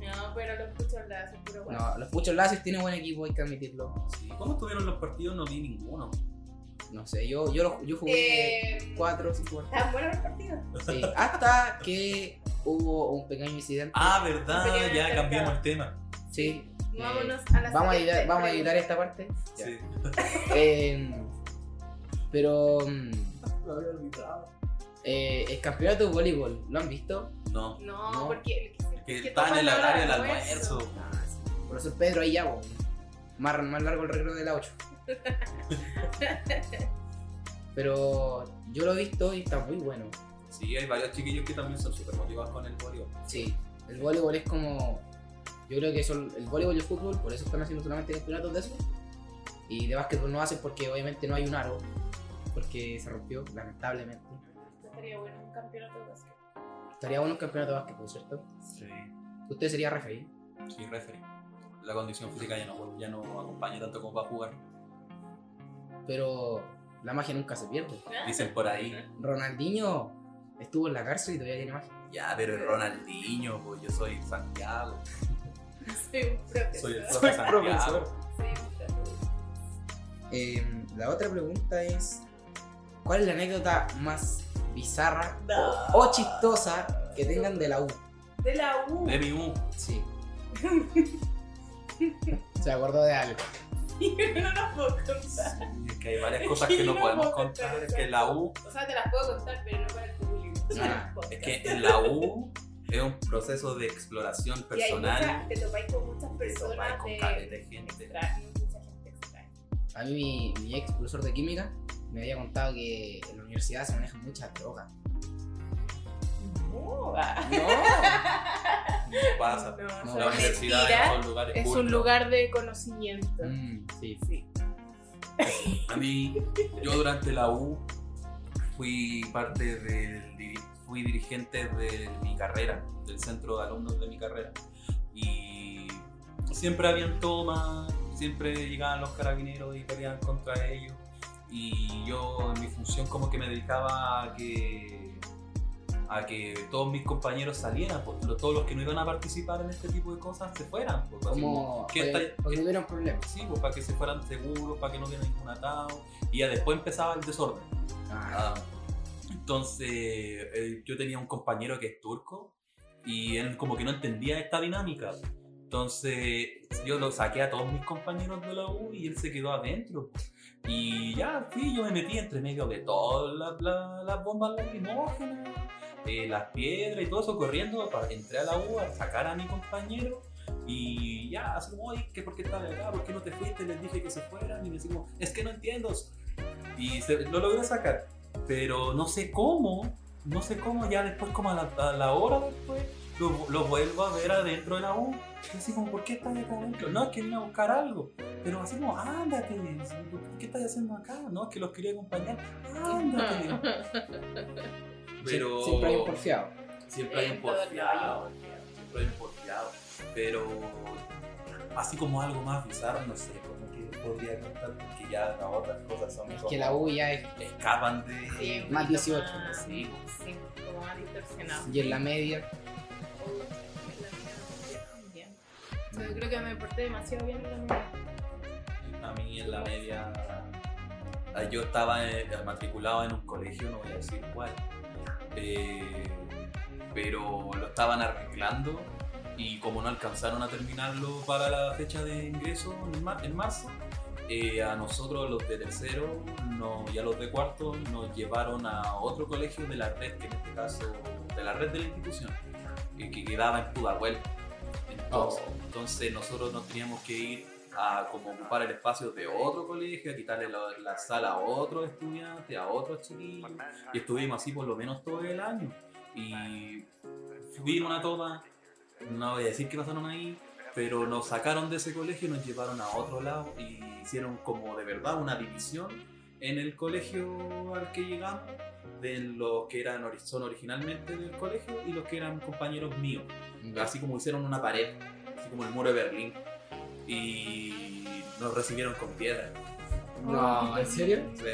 [SPEAKER 3] No, pero lo escucho en Lazio, puro guay.
[SPEAKER 1] No, los Puchos Lazio tiene buen equipo, hay que admitirlo.
[SPEAKER 2] Sí. ¿Cómo estuvieron los partidos? No vi ninguno.
[SPEAKER 1] No sé, yo, yo, lo- yo jugué
[SPEAKER 3] Eh,
[SPEAKER 1] 4 o 5
[SPEAKER 3] ¿Estaban buenos los partidos?
[SPEAKER 1] Hasta que hubo un pequeño incidente.
[SPEAKER 2] Ah, verdad,
[SPEAKER 3] Sería el
[SPEAKER 2] ya
[SPEAKER 3] mercado.
[SPEAKER 2] cambiamos el tema.
[SPEAKER 1] Sí. eh,
[SPEAKER 3] Vámonos a la
[SPEAKER 1] Vamos a,
[SPEAKER 3] siguiente
[SPEAKER 1] editar, vamos a editar
[SPEAKER 3] pregunta.
[SPEAKER 1] esta parte. Ya.
[SPEAKER 2] Sí.
[SPEAKER 1] Eh, pero mm,
[SPEAKER 2] Lo había olvidado.
[SPEAKER 1] eh, el campeonato de voleibol, ¿lo han visto?
[SPEAKER 2] No.
[SPEAKER 3] No,
[SPEAKER 1] No.
[SPEAKER 3] porque el que,
[SPEAKER 2] Que
[SPEAKER 3] que
[SPEAKER 2] está en
[SPEAKER 3] toman
[SPEAKER 2] el
[SPEAKER 3] la hora
[SPEAKER 2] horario del
[SPEAKER 3] de
[SPEAKER 2] almuerzo.
[SPEAKER 1] Profesor Pedro ahí ya, bo. más, más largo el reloj de la 8. Pero yo lo he visto y está muy bueno.
[SPEAKER 2] Sí, hay varios chiquillos que también son súper motivados con el voleibol.
[SPEAKER 1] Sí, el voleibol es como. Yo creo que eso, el voleibol y el fútbol, por eso están haciendo solamente campeonatos de eso. Y de básquetbol no hacen porque obviamente no hay un aro, porque se rompió, lamentablemente.
[SPEAKER 3] Estaría bueno un campeonato de básquet.
[SPEAKER 1] Estaría bueno un campeonato de básquetbol, ¿cierto?
[SPEAKER 2] Sí.
[SPEAKER 1] Usted sería referee.
[SPEAKER 2] Sí, referee. La condición física ya no, ya no acompaña tanto como para jugar.
[SPEAKER 1] Pero la magia nunca se pierde.
[SPEAKER 2] Dicen por ahí.
[SPEAKER 1] Ronaldinho estuvo en la cárcel y todavía tiene magia.
[SPEAKER 2] Ya, pero el Ronaldinho, pues yo soy Santiago.
[SPEAKER 3] Soy un profesor.
[SPEAKER 2] Soy el
[SPEAKER 1] Soy
[SPEAKER 2] profe Santiago.
[SPEAKER 1] profesor.
[SPEAKER 3] Soy un profesor.
[SPEAKER 1] Eh, la otra pregunta es: ¿Cuál es la anécdota más bizarra o, o chistosa que tengan de la U?
[SPEAKER 3] Oh, De la U.
[SPEAKER 2] De mi U.
[SPEAKER 1] Sí. Se acordó de algo.
[SPEAKER 3] no las puedo contar.
[SPEAKER 2] Es que hay varias cosas que no podemos contar. Es que la U,
[SPEAKER 3] O sea, te las puedo contar, pero no para el público.
[SPEAKER 1] No,
[SPEAKER 2] es que en la U es un proceso de exploración
[SPEAKER 3] Y hay
[SPEAKER 2] personal.
[SPEAKER 3] mucha- te topáis con muchas personas
[SPEAKER 2] topáis con
[SPEAKER 3] de,
[SPEAKER 2] caleta de gente.
[SPEAKER 3] extraño, mucha gente extraña.
[SPEAKER 1] A mí mi, mi ex profesor de química me había contado que en la universidad se manejan muchas drogas. No.
[SPEAKER 3] No,
[SPEAKER 2] Pasa.
[SPEAKER 1] No,
[SPEAKER 2] La
[SPEAKER 1] es
[SPEAKER 2] universidad
[SPEAKER 3] mentira.
[SPEAKER 2] son lugares
[SPEAKER 3] Es un
[SPEAKER 2] cultos.
[SPEAKER 3] lugar de conocimiento.
[SPEAKER 1] Mm, sí.
[SPEAKER 3] Sí.
[SPEAKER 2] A mí, yo durante la U fui parte del, diri- fui dirigente de mi carrera, del centro de alumnos de mi carrera. Y siempre habían tomas, siempre llegaban los carabineros y peleaban contra ellos. Y yo en mi función como que me dedicaba a que, a que todos mis compañeros salieran, pues, lo- todos los que no iban a participar en este tipo de cosas se fueran. pues, así
[SPEAKER 1] Como
[SPEAKER 2] ¿qué
[SPEAKER 1] para
[SPEAKER 2] está-
[SPEAKER 1] para que
[SPEAKER 2] qué-
[SPEAKER 1] no hubiera un problema.
[SPEAKER 2] Sí, pues para que se fueran seguros, para que no hubiera ningún atado. Y ya después empezaba el desorden. Ah, entonces, eh, yo tenía un compañero que es turco y él como que no entendía esta dinámica. Entonces, yo lo saqué a todos mis compañeros de la U y él se quedó adentro. Y ya fui, yo me metí entre medio de todas las, las- las bombas lacrimógenas, eh, las piedras y todo eso, corriendo para entrar a la U a sacar a mi compañero. Y ya, así como, "Oye, ¿qué, ¿por qué estás acá? ¿Por qué no te fuiste? Les dije que se fueran. Y me decimos, es que no entiendo. Y se- lo logré sacar. Pero no sé cómo, no sé cómo, ya después, como a la, a la hora después, lo, lo vuelvo a ver adentro de la U. Y así como, ¿por qué estás acá adentro? No, es que vine a buscar algo. Pero así como, ándate. ¿Por qué estás haciendo acá? No, es que los quería acompañar. Ándate.
[SPEAKER 1] Sie- Siempre hay un porfiado.
[SPEAKER 2] Siempre hay un
[SPEAKER 3] En todo el
[SPEAKER 2] porfiado,
[SPEAKER 3] rollo.
[SPEAKER 2] siempre hay un porfiado. Pero así como algo más bizarro, no sé, como que podría contar, porque ya las otras cosas son
[SPEAKER 1] Es
[SPEAKER 2] como-
[SPEAKER 1] que la U ya es.
[SPEAKER 2] escapan de...
[SPEAKER 3] Sí, un
[SPEAKER 1] Más
[SPEAKER 3] poquito
[SPEAKER 1] 18,
[SPEAKER 3] más-
[SPEAKER 2] sí.
[SPEAKER 3] Sí, como más distorsionado.
[SPEAKER 1] Y en la media.
[SPEAKER 3] Oh, en la mía no me fue tan bien. O sea, Yo creo que me porté demasiado bien en la mía.
[SPEAKER 2] A mí en la media, ah, yo estaba eh, matriculado en un colegio, no voy a decir cuál, eh, pero lo estaban arreglando y como no alcanzaron a terminarlo para la fecha de ingreso en, mar- en marzo, eh, a nosotros los de tercero no, y a los de cuarto nos llevaron a otro colegio de la red, que en este caso, de la red de la institución, eh, que quedaba en Pudahuel. Entonces, entonces nosotros nos teníamos que ir a como ocupar el espacio de otro colegio, a quitarle la, la sala a otro estudiante, a otro chiquillo. Y estuvimos así por lo menos todo el año. Y vino una toma, no voy a decir qué pasaron ahí, pero nos sacaron de ese colegio y nos llevaron a otro lado y hicieron como de verdad una división en el colegio al que llegamos de los que eran ori- son originalmente del colegio y los que eran compañeros míos así como hicieron una pared, así como el muro de Berlín, y nos recibieron con piedra.
[SPEAKER 1] No, ¿en serio?
[SPEAKER 2] Sí,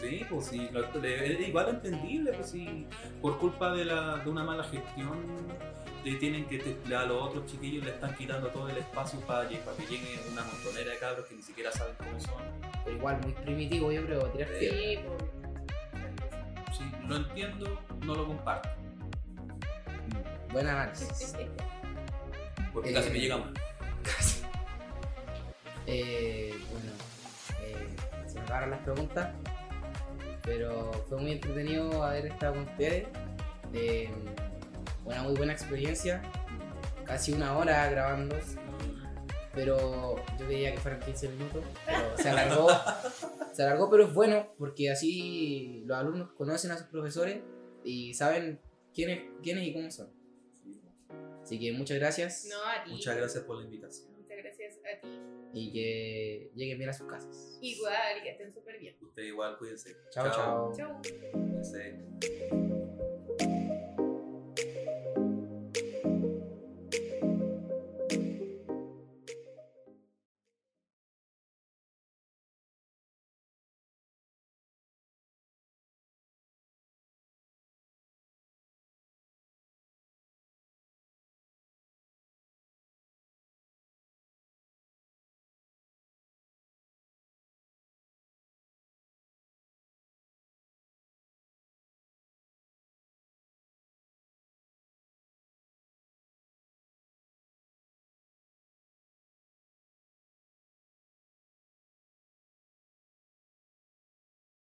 [SPEAKER 2] sí pues sí, lo- le- es igual entendible, pues sí, por culpa de, la, de una mala gestión, te tienen que te- a los otros chiquillos le están quitando todo el espacio para, lle- para que llegue una montonera de cabros que ni siquiera saben cómo son.
[SPEAKER 1] Pero igual, muy primitivo, yo creo, tirar
[SPEAKER 2] Sí.
[SPEAKER 1] piedra.
[SPEAKER 3] Sí, pues.
[SPEAKER 2] Sí, lo entiendo, no lo comparto,
[SPEAKER 1] Buen análisis.
[SPEAKER 2] porque
[SPEAKER 1] Eh,
[SPEAKER 2] casi me llegan.
[SPEAKER 1] Eh, bueno, eh, se me acabaron las preguntas, pero fue muy entretenido haber estado con ustedes. Eh, una muy buena experiencia, casi una hora grabando, pero yo quería que fueran 15 minutos, pero se alargó, se alargó, pero es bueno porque así los alumnos conocen a sus profesores y saben quiénes, quiénes y cómo son. Así que muchas gracias
[SPEAKER 3] No, a ti.
[SPEAKER 2] Muchas gracias por la invitación.
[SPEAKER 3] Muchas gracias a ti.
[SPEAKER 1] y que lleguen bien a sus casas.
[SPEAKER 3] Igual, que estén súper bien.
[SPEAKER 2] Ustedes igual, cuídense.
[SPEAKER 1] chao. chao.
[SPEAKER 3] Chau.
[SPEAKER 2] Cuídense.